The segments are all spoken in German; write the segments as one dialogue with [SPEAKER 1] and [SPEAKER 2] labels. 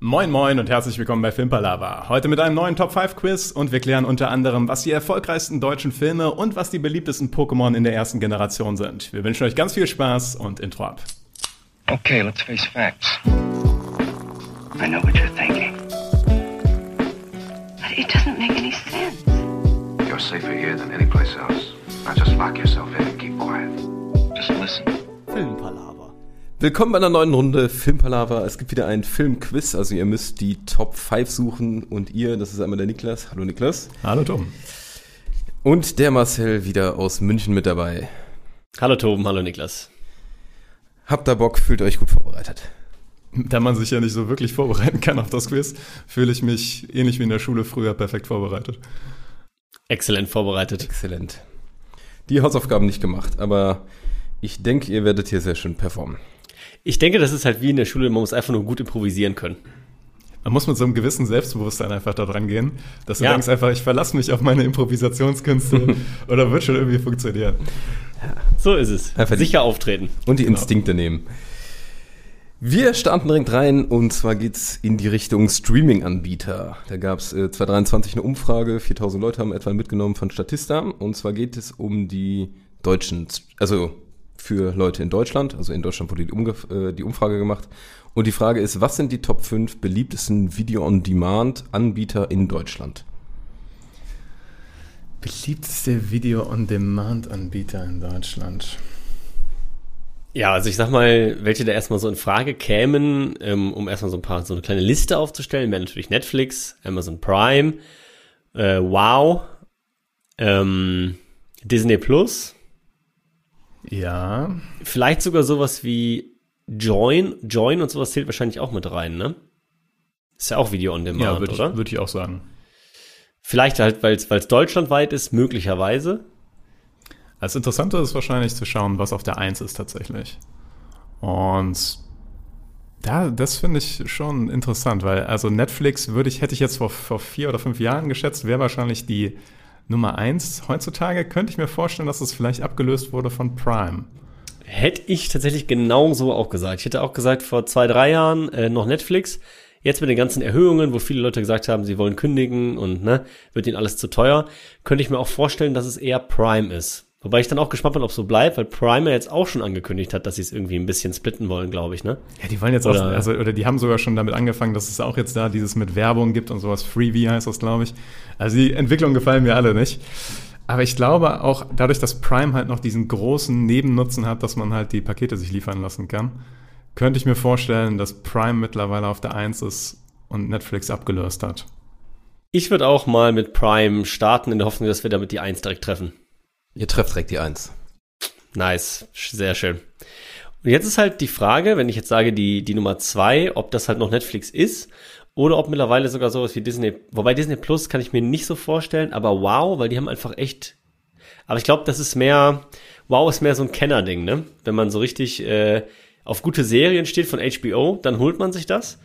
[SPEAKER 1] Moin Moin und herzlich willkommen bei Filmpalava. Heute mit einem neuen Top 5 Quiz und wir klären unter anderem, was die erfolgreichsten deutschen Filme und was die beliebtesten Pokémon in der ersten Generation sind. Wir wünschen euch ganz viel Spaß und Intro ab.
[SPEAKER 2] Okay, let's face facts. I know what you're thinking.
[SPEAKER 3] But it doesn't make any sense.
[SPEAKER 4] You're safer here than any place else. Now just lock yourself in and keep quiet.
[SPEAKER 2] Just listen.
[SPEAKER 5] Filmpalaver. Willkommen bei einer neuen Runde Filmpalaver. Es gibt wieder ein Filmquiz, also ihr müsst die Top 5 suchen und ihr, das ist einmal der Niklas, hallo Niklas,
[SPEAKER 1] Hallo Tom.
[SPEAKER 5] und der Marcel wieder aus München mit dabei.
[SPEAKER 6] Hallo Toben, hallo Niklas.
[SPEAKER 5] Habt da Bock, fühlt euch gut vorbereitet.
[SPEAKER 1] Da man sich ja nicht so wirklich vorbereiten kann auf das Quiz, fühle ich mich ähnlich wie in der Schule früher perfekt vorbereitet.
[SPEAKER 6] Exzellent vorbereitet.
[SPEAKER 5] Exzellent. Die Hausaufgaben nicht gemacht, aber ich denke, ihr werdet hier sehr schön performen.
[SPEAKER 6] Ich denke, das ist halt wie in der Schule, man muss einfach nur gut improvisieren können.
[SPEAKER 1] Man muss mit so einem gewissen Selbstbewusstsein einfach da dran gehen, dass du
[SPEAKER 6] Ja.
[SPEAKER 1] denkst einfach, ich verlasse mich auf meine Improvisationskünste oder wird schon irgendwie funktionieren.
[SPEAKER 6] So ist es.
[SPEAKER 5] Einfach die-
[SPEAKER 6] Sicher auftreten.
[SPEAKER 5] Und die Instinkte nehmen. Wir starten direkt rein und zwar geht's in die Richtung Streaming-Anbieter. Da gab's äh, 2023 eine Umfrage, 4000 Leute haben etwa mitgenommen von Statista und zwar geht es um die deutschen, St- also für Leute in Deutschland, also in Deutschland wurde die, Umgef- äh, die Umfrage gemacht und die Frage ist, was sind die Top 5 beliebtesten Video-on-Demand-Anbieter in Deutschland?
[SPEAKER 1] Beliebteste Video-on-Demand-Anbieter in Deutschland.
[SPEAKER 6] Ja, also ich sag mal, welche da erstmal so in Frage kämen, ähm, um erstmal so ein paar, so eine kleine Liste aufzustellen, wären natürlich Netflix, Amazon Prime, äh, Wow, ähm, Disney Plus,
[SPEAKER 1] Ja,
[SPEAKER 6] vielleicht sogar sowas wie Join, Join und sowas zählt wahrscheinlich auch mit rein, ne? Ist ja auch Video on Demand,
[SPEAKER 1] ja würde ich,
[SPEAKER 6] oder?
[SPEAKER 1] würd ich auch sagen.
[SPEAKER 6] Vielleicht halt, weil es deutschlandweit ist, möglicherweise.
[SPEAKER 1] Das Interessante ist wahrscheinlich zu schauen, was auf der 1 ist tatsächlich. Und da, das finde ich schon interessant, weil also Netflix würde ich, hätte ich jetzt vor, vor vier oder fünf Jahren geschätzt, wäre wahrscheinlich die Nummer 1. Heutzutage könnte ich mir vorstellen, dass es vielleicht abgelöst wurde von Prime.
[SPEAKER 6] Hätte ich tatsächlich genauso auch gesagt. Ich hätte auch gesagt, vor zwei, drei Jahren äh, noch Netflix. Jetzt mit den ganzen Erhöhungen, wo viele Leute gesagt haben, sie wollen kündigen und ne, wird ihnen alles zu teuer, könnte ich mir auch vorstellen, dass es eher Prime ist. Wobei ich dann auch gespannt bin, ob es so bleibt, weil Prime ja jetzt auch schon angekündigt hat, dass sie es irgendwie ein bisschen splitten wollen, glaube ich, ne?
[SPEAKER 1] Ja, die wollen jetzt auch,
[SPEAKER 6] Oder-
[SPEAKER 1] also, oder die haben sogar schon damit angefangen, dass es auch jetzt da dieses mit Werbung gibt und sowas. Freebie heißt das, glaube ich. Also die Entwicklungen gefallen mir alle nicht. Aber ich glaube auch dadurch, dass Prime halt noch diesen großen Nebennutzen hat, dass man halt die Pakete sich liefern lassen kann, könnte ich mir vorstellen, dass Prime mittlerweile auf der Eins ist und Netflix abgelöst hat.
[SPEAKER 6] Ich würde auch mal mit Prime starten, in der Hoffnung, dass wir damit die Eins direkt treffen.
[SPEAKER 5] Ihr trefft direkt die 1.
[SPEAKER 6] Nice, sch- sehr schön. Und jetzt ist halt die Frage, wenn ich jetzt sage, die, die Nummer zwei, ob das halt noch Netflix ist oder ob mittlerweile sogar sowas wie Disney, wobei Disney Plus kann ich mir nicht so vorstellen, aber wow, weil die haben einfach echt, aber ich glaube, das ist mehr, wow ist mehr so ein Kennerding, ne? Wenn man so richtig äh, auf gute Serien steht von HBO, dann holt man sich das,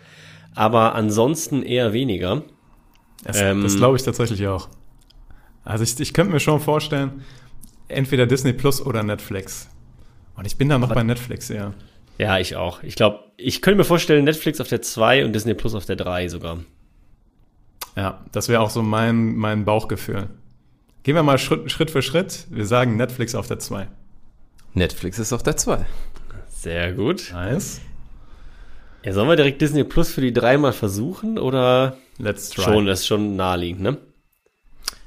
[SPEAKER 6] aber ansonsten eher weniger.
[SPEAKER 1] Das,
[SPEAKER 6] Ähm.
[SPEAKER 1] das glaube ich tatsächlich auch. Also ich, ich könnte mir schon vorstellen, entweder Disney Plus oder Netflix. Und ich bin da noch bei Netflix, ja.
[SPEAKER 6] Ja, ich auch. Ich glaube, ich könnte mir vorstellen, Netflix auf der zwei und Disney Plus auf der drei sogar.
[SPEAKER 1] Ja, das wäre auch so mein, mein Bauchgefühl. Gehen wir mal Schritt, Schritt für Schritt. Wir sagen Netflix auf der 2.
[SPEAKER 5] Netflix ist auf der 2.
[SPEAKER 6] Sehr gut.
[SPEAKER 1] Nice.
[SPEAKER 6] Ja, sollen wir direkt Disney Plus für die drei mal versuchen oder
[SPEAKER 1] Let's try.
[SPEAKER 6] schon, das ist schon naheliegend, ne?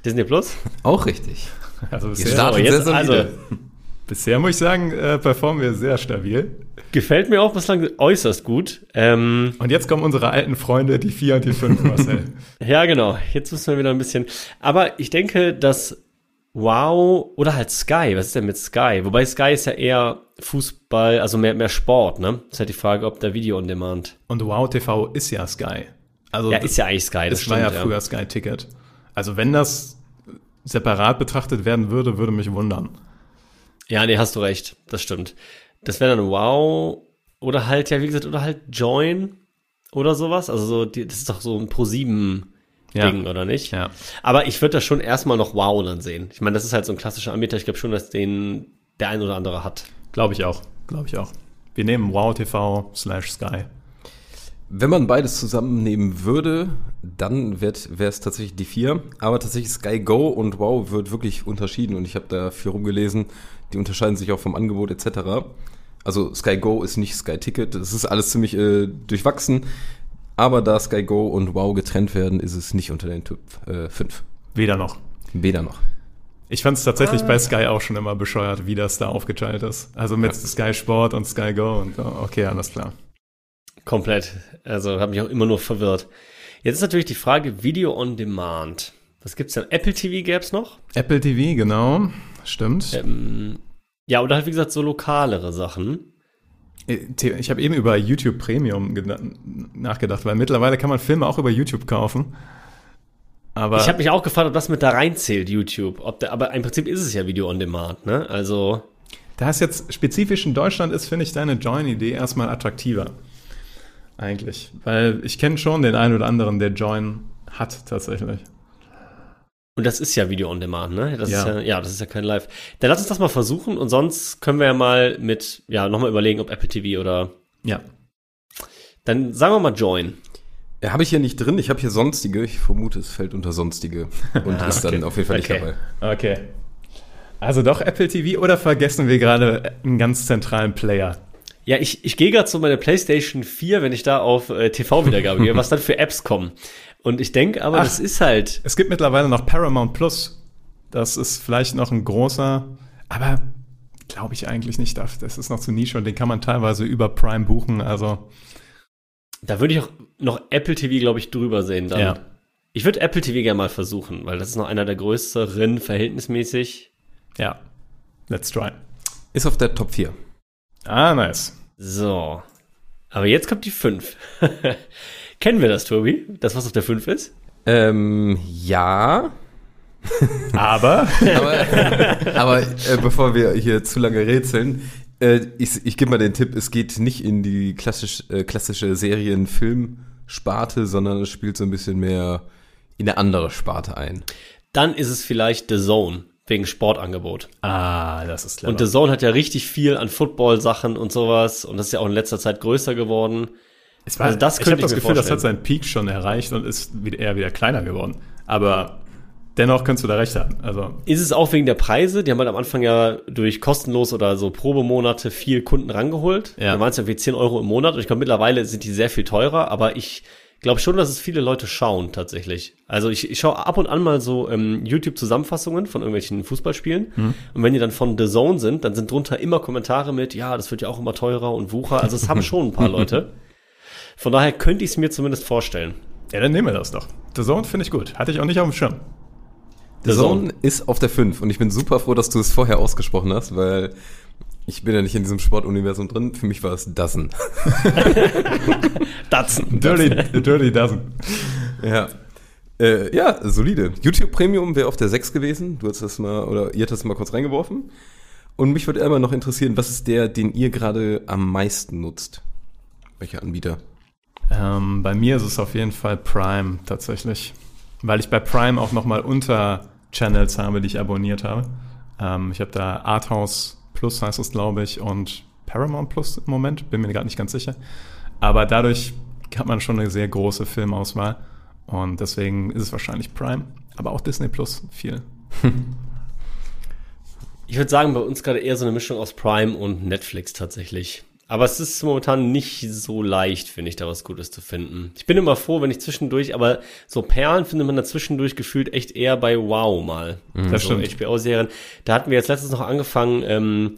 [SPEAKER 6] Disney Plus?
[SPEAKER 5] Auch richtig.
[SPEAKER 1] Also
[SPEAKER 5] Ihr
[SPEAKER 1] bisher,
[SPEAKER 5] startet
[SPEAKER 6] jetzt-
[SPEAKER 5] sehr solide.
[SPEAKER 6] also-
[SPEAKER 1] bisher muss ich sagen, äh, performen wir sehr stabil.
[SPEAKER 6] Gefällt mir auch bislang äußerst gut. Ähm,
[SPEAKER 1] Und jetzt kommen unsere alten Freunde, die 4 und die 5, Marcel.
[SPEAKER 6] ja, genau. Jetzt müssen wir wieder ein bisschen. Aber ich denke, dass Wow oder halt Sky, was ist denn mit Sky? Wobei Sky ist ja eher Fußball, also mehr, mehr Sport, ne? Ist halt die Frage, ob da Video on Demand.
[SPEAKER 1] Und Wow TV ist ja Sky. Also
[SPEAKER 6] Ja,
[SPEAKER 1] das-
[SPEAKER 6] ist ja eigentlich Sky, das
[SPEAKER 1] das war
[SPEAKER 6] stimmt.
[SPEAKER 1] ja
[SPEAKER 6] ja.
[SPEAKER 1] früher Sky Ticket. Also wenn das separat betrachtet werden würde, würde mich wundern.
[SPEAKER 6] Ja, nee, hast du recht. Das stimmt. Das wäre dann wow. Oder halt, ja, wie gesagt, oder halt Join oder sowas. Also, so, die, das ist doch so ein Pro-7-Ding,
[SPEAKER 1] Ja.
[SPEAKER 6] oder nicht?
[SPEAKER 1] Ja.
[SPEAKER 6] Aber ich würde das schon erstmal noch wow dann sehen. Ich meine, das ist halt so ein klassischer Anbieter. Ich glaube schon, dass den der ein oder andere hat.
[SPEAKER 1] Glaube ich auch. Glaube ich auch. Wir nehmen Wow TV slash Sky.
[SPEAKER 5] Wenn man beides zusammennehmen würde, dann wäre es tatsächlich die vier. Aber tatsächlich Sky Go und Wow wird wirklich unterschieden und ich habe da viel rumgelesen. Die unterscheiden sich auch vom Angebot etc. Also Sky Go ist nicht Sky Ticket, das ist alles ziemlich äh, durchwachsen. Aber da Sky Go und Wow getrennt werden, ist es nicht unter den Typ 5.
[SPEAKER 1] Weder noch.
[SPEAKER 5] Weder noch.
[SPEAKER 1] Ich fand es tatsächlich bei Sky auch schon immer bescheuert, wie das da aufgeteilt ist. Also mit Sky Sport und Sky Go und oh, okay, alles klar.
[SPEAKER 6] Komplett. Also habe mich auch immer nur verwirrt. Jetzt ist natürlich die Frage Video on Demand. Was gibt's denn? Apple TV gäb's noch?
[SPEAKER 1] Apple TV, genau. Stimmt.
[SPEAKER 6] Ähm, ja, oder halt wie gesagt so lokalere Sachen.
[SPEAKER 1] Äh, Ich habe eben über YouTube Premium gena- nachgedacht, weil mittlerweile kann man Filme auch über YouTube kaufen. Aber
[SPEAKER 6] ich habe mich auch gefragt, ob das mit da reinzählt, YouTube. Ob da, aber im Prinzip ist es ja Video on Demand, ne? Also
[SPEAKER 1] da es jetzt spezifisch in Deutschland ist, finde ich deine Join-Idee erstmal attraktiver. Eigentlich. Weil ich kenne schon den einen oder anderen, der Join hat tatsächlich.
[SPEAKER 6] und das ist ja Video on Demand, ne? Das
[SPEAKER 1] Ja.
[SPEAKER 6] ist ja, ja, das ist ja kein Live. Dann lass uns das mal versuchen und sonst können wir ja mal mit, ja, nochmal überlegen, ob Apple TV oder.
[SPEAKER 1] Ja.
[SPEAKER 6] Dann sagen wir mal Join.
[SPEAKER 5] Ja, Äh, habe ich hier nicht drin, ich habe hier sonstige. Ich vermute, es fällt unter sonstige und ist dann auf jeden Fall nicht
[SPEAKER 6] Okay.
[SPEAKER 5] dabei.
[SPEAKER 1] Okay. Also doch Apple TV oder vergessen wir gerade einen ganz zentralen Player?
[SPEAKER 6] Ja, ich, ich gehe gerade zu meiner PlayStation 4, wenn ich da auf äh, TV-Wiedergabe gehe, was dann für Apps kommen. Und ich denke aber,
[SPEAKER 1] Ach.
[SPEAKER 6] das ist halt.
[SPEAKER 1] Es gibt mittlerweile noch Paramount Plus. Das ist vielleicht noch ein großer, aber glaube ich eigentlich nicht. Das das ist noch zu Nische und den kann man teilweise über Prime buchen. Also
[SPEAKER 6] Da würde ich auch noch Apple TV, glaube ich, drüber sehen dann.
[SPEAKER 1] Ja.
[SPEAKER 6] Ich würde Apple TV gerne mal versuchen, weil das ist noch einer der größeren, verhältnismäßig.
[SPEAKER 1] ja, let's try.
[SPEAKER 5] Ist auf der Top 4.
[SPEAKER 1] Ah, nice.
[SPEAKER 6] So. Aber jetzt kommt die 5. Kennen wir das, Tobi? Das, was auf der 5 ist?
[SPEAKER 5] Ähm, ja.
[SPEAKER 1] Aber
[SPEAKER 5] Aber, aber äh, bevor wir hier zu lange rätseln, äh, ich, ich gebe mal den Tipp, es geht nicht in die klassisch, äh, klassische Serien-Film-Sparte, sondern es spielt so ein bisschen mehr in eine andere Sparte ein.
[SPEAKER 6] Dann ist es vielleicht The Zone, wegen Sportangebot.
[SPEAKER 1] ah, das ist
[SPEAKER 6] Und The Zone hat ja richtig viel an Football-Sachen und sowas. Und das ist ja auch in letzter Zeit größer geworden.
[SPEAKER 1] Es war,
[SPEAKER 6] Also das
[SPEAKER 1] ich
[SPEAKER 6] könnte
[SPEAKER 1] habe
[SPEAKER 6] ich
[SPEAKER 1] das
[SPEAKER 6] mir
[SPEAKER 1] Gefühl, das
[SPEAKER 6] vorstellen.
[SPEAKER 1] hat seinen Peak schon erreicht und ist wieder, eher wieder kleiner geworden. Aber dennoch kannst du da recht haben. Also
[SPEAKER 6] Ist es auch wegen der Preise? Die haben halt am Anfang ja durch kostenlos oder so Probemonate viel Kunden rangeholt.
[SPEAKER 1] Ja.
[SPEAKER 6] Da waren es irgendwie 10 Euro im Monat. Und ich glaube, mittlerweile sind die sehr viel teurer. Aber ich glaube schon, dass es viele Leute schauen tatsächlich. Also ich, ich schaue ab und an mal so ähm, YouTube-Zusammenfassungen von irgendwelchen Fußballspielen. Und wenn die dann von The Zone sind, dann sind drunter immer Kommentare mit, ja, das wird ja auch immer teurer und wucher. Also es haben schon ein paar Leute. Von daher könnte ich es mir zumindest vorstellen.
[SPEAKER 1] ja, dann nehmen wir das doch. The Zone finde ich gut. Hatte ich auch nicht auf dem Schirm.
[SPEAKER 5] The Zone ist auf der 5 und ich bin super froh, dass du es vorher ausgesprochen hast, weil ich bin ja nicht in diesem Sportuniversum drin. Für mich war es Dassen.
[SPEAKER 6] Datsen.
[SPEAKER 1] Dirty, dirty dozen.
[SPEAKER 5] Ja. Äh, ja, solide. YouTube Premium wäre auf der 6 gewesen. Du hast das mal, oder ihr habt das mal kurz reingeworfen. Und mich würde einmal noch interessieren, was ist der, den ihr gerade am meisten nutzt? Welcher Anbieter?
[SPEAKER 1] Ähm, bei mir ist es auf jeden Fall Prime tatsächlich, weil ich bei Prime auch noch mal Unterchannels habe, die ich abonniert habe. Ähm, ich habe da Arthouse Plus heißt es glaube ich und Paramount Plus im Moment, bin mir gerade nicht ganz sicher. Aber dadurch hat man schon eine sehr große Filmauswahl und deswegen ist es wahrscheinlich Prime, aber auch Disney Plus viel.
[SPEAKER 6] Ich würde sagen, bei uns gerade eher so eine Mischung aus Prime und Netflix tatsächlich. Aber es ist momentan nicht so leicht, finde ich, da was Gutes zu finden. Ich bin immer froh, wenn ich zwischendurch, aber so Perlen findet man da zwischendurch gefühlt echt eher bei Wow mal.
[SPEAKER 1] Mhm. Das
[SPEAKER 6] so
[SPEAKER 1] stimmt.
[SPEAKER 6] HBO-Serien. Da hatten wir jetzt letztens noch angefangen ähm,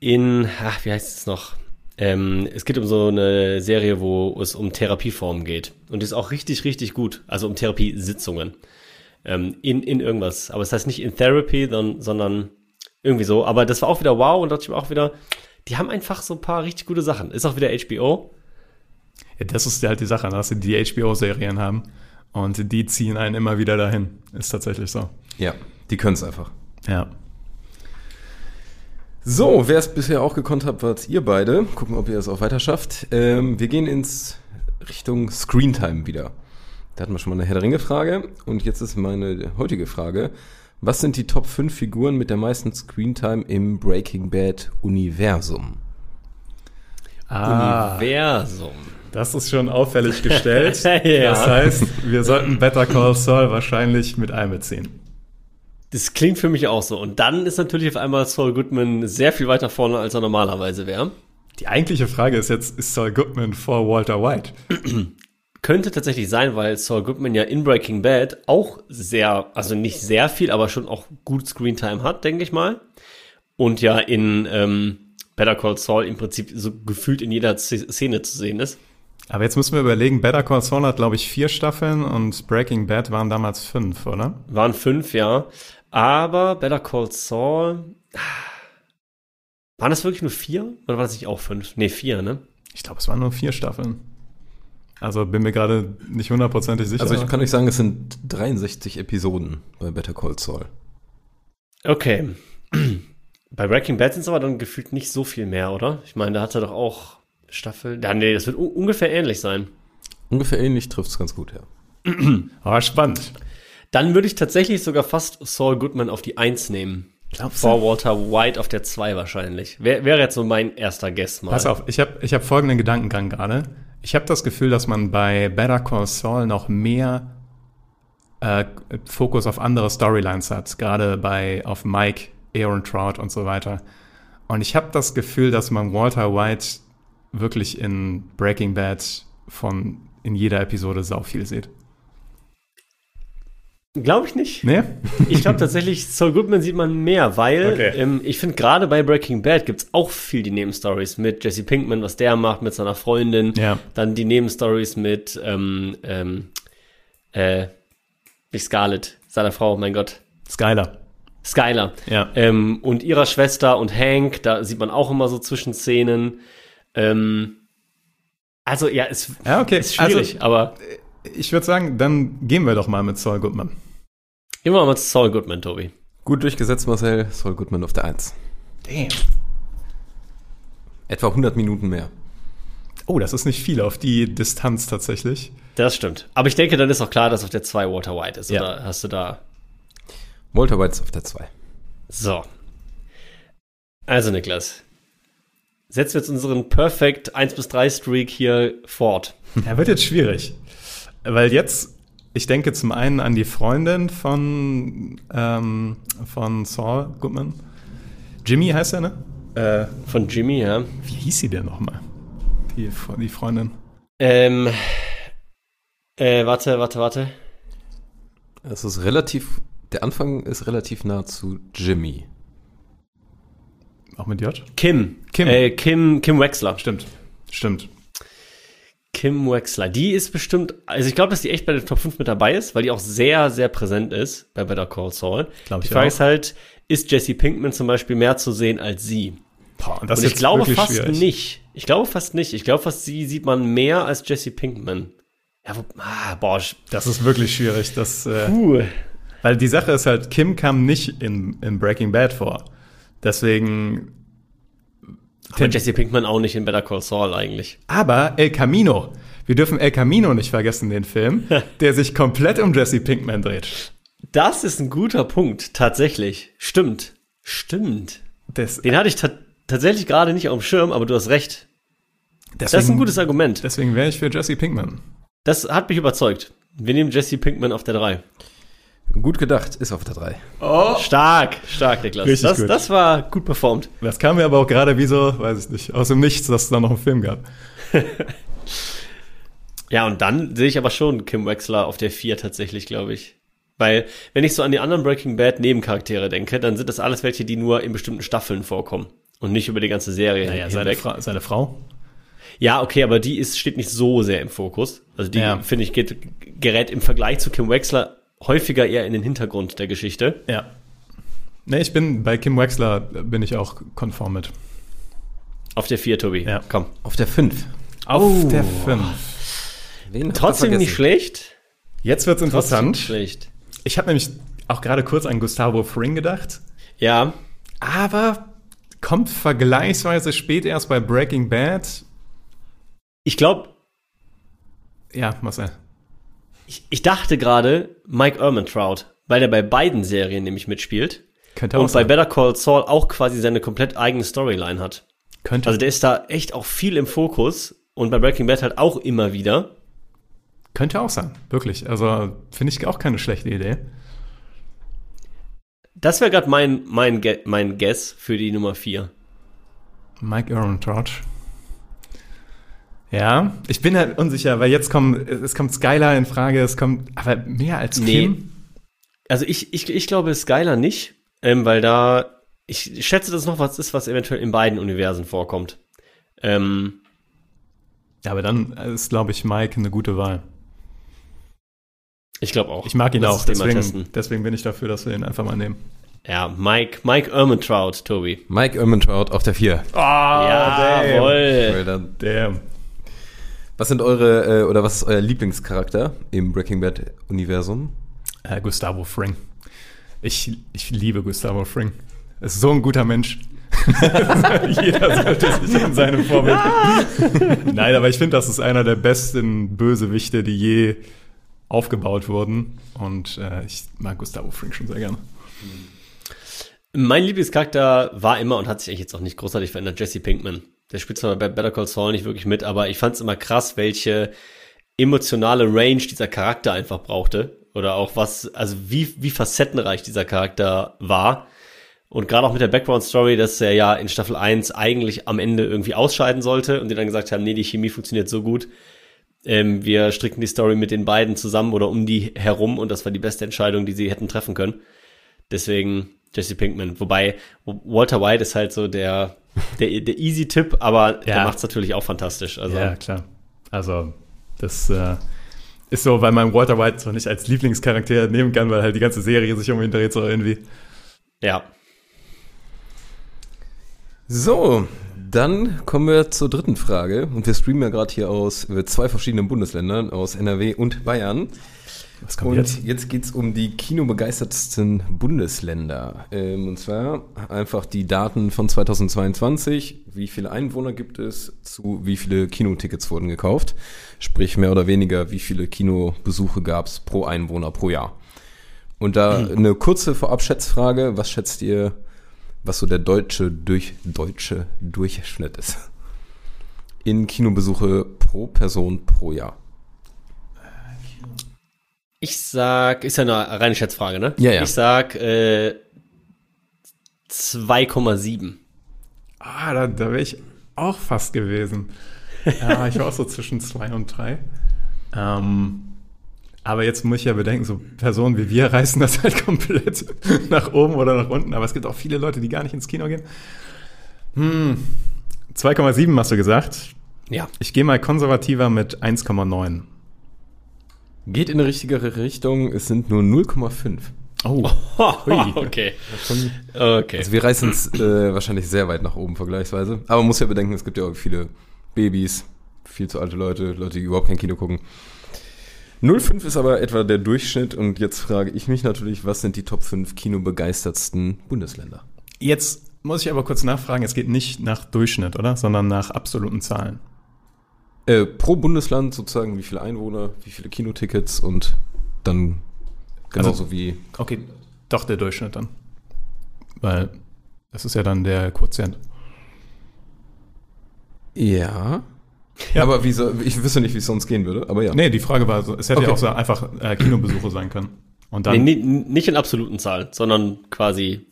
[SPEAKER 6] in, ach, wie heißt es noch? Ähm, es geht um so eine Serie, wo es um Therapieformen geht. Und die ist auch richtig, richtig gut. Also um Therapiesitzungen. Ähm, in, in irgendwas. Aber es heißt nicht in Therapy, sondern, sondern irgendwie so. Aber das war auch wieder wow und dachte ich mir auch wieder, die haben einfach so ein paar richtig gute Sachen. Ist auch wieder HBO.
[SPEAKER 1] Ja, das ist halt die Sache, dass sie die HBO-Serien haben und die ziehen einen immer wieder dahin. Ist tatsächlich so.
[SPEAKER 5] Ja, die können es einfach.
[SPEAKER 1] Ja.
[SPEAKER 5] So, wer es bisher auch gekonnt habt, wart ihr beide. Gucken, ob ihr es auch weiter schafft. Ähm, wir gehen ins Richtung Screentime wieder. Da hatten wir schon mal eine Herr der Ringe-Frage. Und jetzt ist meine heutige Frage. Was sind die Top 5 Figuren mit der meisten Screentime im Breaking Bad-Universum?
[SPEAKER 1] Ah.
[SPEAKER 6] Universum.
[SPEAKER 1] Das ist schon auffällig gestellt.
[SPEAKER 6] Ja.
[SPEAKER 1] Das heißt, wir sollten Better Call Saul wahrscheinlich mit einbeziehen.
[SPEAKER 6] Das klingt für mich auch so. Und dann ist natürlich auf einmal Saul Goodman sehr viel weiter vorne, als er normalerweise wäre.
[SPEAKER 1] Die eigentliche Frage ist jetzt, ist Saul Goodman vor Walter White?
[SPEAKER 6] Könnte tatsächlich sein, weil Saul Goodman ja in Breaking Bad auch sehr, also nicht sehr viel, aber schon auch gut Screentime hat, denke ich mal. Und ja in ähm, Better Call Saul im Prinzip so gefühlt in jeder Sz- Szene zu sehen ist.
[SPEAKER 1] Aber jetzt müssen wir überlegen, Better Call Saul hat, glaube ich, vier Staffeln und Breaking Bad waren damals fünf, oder?
[SPEAKER 6] Waren fünf, ja. Aber Better Call Saul. Waren das wirklich nur vier? Oder waren das nicht auch fünf? Nee, vier, ne?
[SPEAKER 1] Ich glaube, es waren nur vier Staffeln. Also bin mir gerade nicht hundertprozentig sicher.
[SPEAKER 5] Also ich kann euch sagen, es sind 63 Episoden bei Better Call Saul.
[SPEAKER 6] Okay. Bei Breaking Bad sind es aber dann gefühlt nicht so viel mehr, oder? Ich meine, da hat er doch auch Staffel. Ja, nee, das wird un ungefähr ähnlich sein.
[SPEAKER 5] Ungefähr ähnlich trifft es ganz gut, ja.
[SPEAKER 1] Aber Ah, spannend.
[SPEAKER 6] Dann würde ich tatsächlich sogar fast Saul Goodman auf die Eins nehmen. Vor Walter White auf der 2 wahrscheinlich. Wär, wäre jetzt so mein erster Guess mal.
[SPEAKER 1] Pass auf, ich habe ich hab folgenden Gedankengang gerade. Ich habe das Gefühl, dass man bei Better Call Saul noch mehr äh, Fokus auf andere Storylines hat, gerade bei auf Mike, Aaron Trout und so weiter. Und ich habe das Gefühl, dass man Walter White wirklich in Breaking Bad von in jeder Episode sau viel sieht.
[SPEAKER 6] Glaube ich nicht.
[SPEAKER 1] Nee?
[SPEAKER 6] Ich glaube tatsächlich, Saul Goodman sieht man mehr, weil
[SPEAKER 1] Okay.
[SPEAKER 6] ähm, ich finde, gerade bei Breaking Bad gibt's auch viel die Nebenstories mit Jesse Pinkman, was der macht mit seiner Freundin.
[SPEAKER 1] Ja.
[SPEAKER 6] Dann die Nebenstories mit ähm, ähm, äh, nicht Scarlett, seiner Frau, mein Gott.
[SPEAKER 1] Skyler.
[SPEAKER 6] Skyler.
[SPEAKER 1] Ja.
[SPEAKER 6] Ähm, und ihrer Schwester und Hank, da sieht man auch immer so Zwischenszenen. Ähm, also ja, es
[SPEAKER 1] Ja, okay.
[SPEAKER 6] ist schwierig, aber
[SPEAKER 1] Also, ich würde sagen, dann gehen wir doch mal mit Saul Goodman.
[SPEAKER 6] immer mal zu Saul Goodman, Tobi.
[SPEAKER 5] Gut durchgesetzt, Marcel. Saul Goodman auf der 1.
[SPEAKER 1] Damn.
[SPEAKER 5] Etwa 100 Minuten mehr.
[SPEAKER 1] Oh, das ist nicht viel auf die Distanz tatsächlich.
[SPEAKER 6] Das stimmt. Aber ich denke, dann ist auch klar, dass auf der 2 Walter White ist.
[SPEAKER 1] Ja.
[SPEAKER 6] Oder hast du da.
[SPEAKER 5] Walter White ist auf der 2.
[SPEAKER 6] So. Also, Niklas. Setzen wir jetzt unseren Perfect 1 bis 3 Streak hier fort.
[SPEAKER 1] Ja, wird jetzt schwierig. Weil jetzt, ich denke zum einen an die Freundin von, ähm, von Saul Goodman. Jimmy heißt er, ne? Äh,
[SPEAKER 6] Von Jimmy, ja.
[SPEAKER 1] wie hieß sie denn nochmal? Die, Fre- die Freundin.
[SPEAKER 6] Ähm. Äh, warte, warte, warte.
[SPEAKER 5] Es ist relativ. Der Anfang ist relativ nah zu Jimmy.
[SPEAKER 1] Auch mit J?
[SPEAKER 6] Kim.
[SPEAKER 1] Kim.
[SPEAKER 6] Äh, Kim, Kim Wexler.
[SPEAKER 1] Stimmt. Stimmt.
[SPEAKER 6] Kim Wexler. Die ist bestimmt, also ich glaube, dass die echt bei der Top 5 mit dabei ist, weil die auch sehr, sehr präsent ist bei Better Call Saul.
[SPEAKER 1] Glaub
[SPEAKER 6] die
[SPEAKER 1] ich
[SPEAKER 6] Frage
[SPEAKER 1] auch.
[SPEAKER 6] ist halt, ist Jesse Pinkman zum Beispiel mehr zu sehen als sie?
[SPEAKER 1] Boah, das
[SPEAKER 6] Und ich glaube fast nicht. Ich glaube fast nicht. Ich glaube fast, sie sieht man mehr als Jesse Pinkman. Ja, wo, ah, boah, sch-
[SPEAKER 1] Das ist wirklich schwierig. Das, äh,
[SPEAKER 6] puh.
[SPEAKER 1] Weil die Sache ist halt, Kim kam nicht in, in Breaking Bad vor. Deswegen.
[SPEAKER 6] Aber Jesse Pinkman auch nicht in Better Call Saul eigentlich.
[SPEAKER 1] Aber El Camino. Wir dürfen El Camino nicht vergessen, den Film, der sich komplett um Jesse Pinkman dreht.
[SPEAKER 6] Das ist ein guter Punkt, tatsächlich. Stimmt. Stimmt.
[SPEAKER 1] Des,
[SPEAKER 6] Den hatte ich ta tatsächlich gerade nicht auf dem Schirm, aber du hast recht. Das ist ein gutes Argument.
[SPEAKER 1] Deswegen wäre ich für Jesse Pinkman.
[SPEAKER 6] Das hat mich überzeugt. Wir nehmen Jesse Pinkman auf der 3.
[SPEAKER 5] Gut gedacht, ist auf der 3.
[SPEAKER 6] Stark, stark, Niklas.
[SPEAKER 1] Oh. Richtig
[SPEAKER 6] das,
[SPEAKER 1] gut.
[SPEAKER 6] das war gut performt.
[SPEAKER 1] Das kam mir aber auch gerade wie so, weiß ich nicht, aus dem Nichts, dass es da noch einen Film gab.
[SPEAKER 6] Ja, und dann sehe ich aber schon Kim Wexler auf der 4 tatsächlich, glaube ich. Weil, wenn ich so an die anderen Breaking Bad Nebencharaktere denke, dann sind das alles welche, die nur in bestimmten Staffeln vorkommen. Und nicht über die ganze Serie hinweg.
[SPEAKER 1] Fra- seine Frau.
[SPEAKER 6] Ja, okay, aber die ist, steht nicht so sehr im Fokus. Also die,
[SPEAKER 1] Ja.
[SPEAKER 6] finde ich, geht, gerät im Vergleich zu Kim Wexler häufiger eher in den Hintergrund der Geschichte.
[SPEAKER 1] Ja. Nee, ich bin bei Kim Wexler, äh, bin ich auch konform mit.
[SPEAKER 6] Auf der 4, Tobi.
[SPEAKER 1] Ja.
[SPEAKER 6] Komm.
[SPEAKER 5] Auf der 5.
[SPEAKER 1] Auf der 5.
[SPEAKER 5] Wen habt ihr
[SPEAKER 6] Trotzdem nicht
[SPEAKER 5] vergessen?
[SPEAKER 6] schlecht.
[SPEAKER 1] Jetzt wird's
[SPEAKER 6] Trotzdem
[SPEAKER 1] interessant.
[SPEAKER 6] schlecht.
[SPEAKER 1] Ich habe nämlich auch gerade kurz an Gustavo Fring gedacht.
[SPEAKER 6] Ja,
[SPEAKER 1] Aber kommt vergleichsweise spät erst bei Breaking Bad.
[SPEAKER 6] ich glaube,
[SPEAKER 1] Ja, Marcel.
[SPEAKER 6] ich, ich dachte gerade Mike Ehrmantraut, weil der bei beiden Serien nämlich mitspielt
[SPEAKER 1] Könnte auch
[SPEAKER 6] und bei
[SPEAKER 1] sein.
[SPEAKER 6] Better Call Saul auch quasi seine komplett eigene Storyline hat.
[SPEAKER 1] Könnte
[SPEAKER 6] Also der ist da echt auch viel im Fokus Und bei Breaking Bad halt auch immer wieder.
[SPEAKER 1] Könnte auch sein, wirklich. Also finde ich auch keine schlechte Idee.
[SPEAKER 6] Das wäre gerade mein, mein, Ge- mein Guess für die Nummer 4.
[SPEAKER 1] Mike Ehrentouch. Ja, ich bin halt unsicher, weil jetzt kommen, es kommt Skylar in Frage, es kommt, aber mehr als
[SPEAKER 6] Nee.
[SPEAKER 1] Kim?
[SPEAKER 6] Also ich, ich, ich glaube Skylar nicht, ähm, weil da, ich schätze, dass es noch was ist, was eventuell in beiden Universen vorkommt. Ähm,
[SPEAKER 1] Ja, aber dann ist, glaube ich, Mike eine gute Wahl.
[SPEAKER 6] ich glaube auch.
[SPEAKER 1] Ich mag ihn
[SPEAKER 6] Lass
[SPEAKER 1] auch,
[SPEAKER 6] uns den mal
[SPEAKER 1] deswegen,
[SPEAKER 6] testen.
[SPEAKER 1] deswegen bin ich dafür, dass wir ihn einfach mal nehmen.
[SPEAKER 6] Ja, Mike, Mike Ermentrout, Tobi.
[SPEAKER 5] Mike Ermentrout auf der 4.
[SPEAKER 1] Oh, Jawohl.
[SPEAKER 6] Jawohl.
[SPEAKER 1] damn.
[SPEAKER 5] Was sind eure, äh, oder was ist euer Lieblingscharakter im Breaking Bad-Universum?
[SPEAKER 1] Äh, Gustavo Fring. Ich, ich liebe Gustavo Fring. Ist so ein guter Mensch. Jeder sollte sich an seinem Vorbild. Nein, aber ich finde, das ist einer der besten Bösewichte, die je aufgebaut wurden. Und äh, ich mag Gustavo Fring schon sehr gerne.
[SPEAKER 6] Mein Lieblingscharakter war immer und hat sich eigentlich jetzt auch nicht großartig verändert, Jesse Pinkman. Der spielt zwar bei Better Call Saul nicht wirklich mit, aber ich fand es immer krass, welche emotionale Range dieser Charakter einfach brauchte. Oder auch was, also wie, wie facettenreich dieser Charakter war. Und gerade auch mit der Background-Story, dass er ja in Staffel 1 eigentlich am Ende irgendwie ausscheiden sollte und die dann gesagt haben, nee, die Chemie funktioniert so gut, ähm, wir stricken die Story mit den beiden zusammen oder um die herum und das war die beste Entscheidung, die sie hätten treffen können. Deswegen Jesse Pinkman. Wobei Walter White ist halt so der, der, der easy Tipp, aber der
[SPEAKER 1] Ja.
[SPEAKER 6] macht's natürlich auch fantastisch. Also
[SPEAKER 1] Ja, klar. Also, das äh, ist so, weil man Walter White so nicht als Lieblingscharakter nehmen kann, weil halt die ganze Serie sich um ihn dreht, so irgendwie.
[SPEAKER 6] ja.
[SPEAKER 5] So, dann kommen wir zur dritten Frage. Und wir streamen ja gerade hier aus äh, zwei verschiedenen Bundesländern, aus NRW und Bayern.
[SPEAKER 1] Was kommt
[SPEAKER 5] Und
[SPEAKER 1] jetzt?
[SPEAKER 5] jetzt, geht's um die kinobegeistertsten Bundesländer. Ähm, und zwar einfach die Daten von 2022. Wie viele Einwohner gibt es? Zu wie viele Kinotickets wurden gekauft? Sprich mehr oder weniger, wie viele Kinobesuche gab's pro Einwohner pro Jahr? Und da
[SPEAKER 1] Hm.
[SPEAKER 5] eine kurze Vorabschätzfrage. Was schätzt ihr, was so der deutsche, durch, deutsche Durchschnitt ist? In Kinobesuche pro Person pro Jahr.
[SPEAKER 6] Ich sag, ist ja eine reine Schätzfrage, ne?
[SPEAKER 5] Ja, ja.
[SPEAKER 6] Ich sag äh, 2,7.
[SPEAKER 1] Ah, da, da wäre ich auch fast gewesen. ja, ich war auch so zwischen zwei und drei. Ähm, aber jetzt muss ich ja bedenken, so Personen wie wir reißen das halt komplett nach oben oder nach unten. Aber es gibt auch viele Leute, die gar nicht ins Kino gehen. Hm, 2,7 hast du gesagt.
[SPEAKER 6] Ja.
[SPEAKER 1] Ich gehe mal konservativer mit 1,9.
[SPEAKER 5] Geht in die richtigere Richtung, es sind nur 0,5.
[SPEAKER 1] Oh,
[SPEAKER 6] okay. Okay.
[SPEAKER 5] Also wir reißen es äh, wahrscheinlich sehr weit nach oben vergleichsweise. Aber man muss ja bedenken, es gibt ja auch viele Babys, viel zu alte Leute, Leute, die überhaupt kein Kino gucken. 0,5 ist aber etwa der Durchschnitt und jetzt frage ich mich natürlich, was sind die Top 5 kinobegeistertsten Bundesländer?
[SPEAKER 1] Jetzt muss ich aber kurz nachfragen, es geht nicht nach Durchschnitt, oder? Sondern nach absoluten Zahlen.
[SPEAKER 5] Äh, pro Bundesland sozusagen, wie viele Einwohner, wie viele Kinotickets und dann genauso
[SPEAKER 1] Also-
[SPEAKER 5] wie
[SPEAKER 1] Okay, doch der Durchschnitt dann. Weil das ist ja dann der Quotient.
[SPEAKER 5] ja. Aber wie soll, ich wüsste nicht, wie es sonst gehen würde, aber ja.
[SPEAKER 1] Nee, die Frage war, so, es hätte
[SPEAKER 5] Okay.
[SPEAKER 1] ja auch so einfach äh, Kinobesuche sein können. Und
[SPEAKER 6] Nee,
[SPEAKER 1] dann,
[SPEAKER 6] ni- nicht in absoluten Zahlen, sondern quasi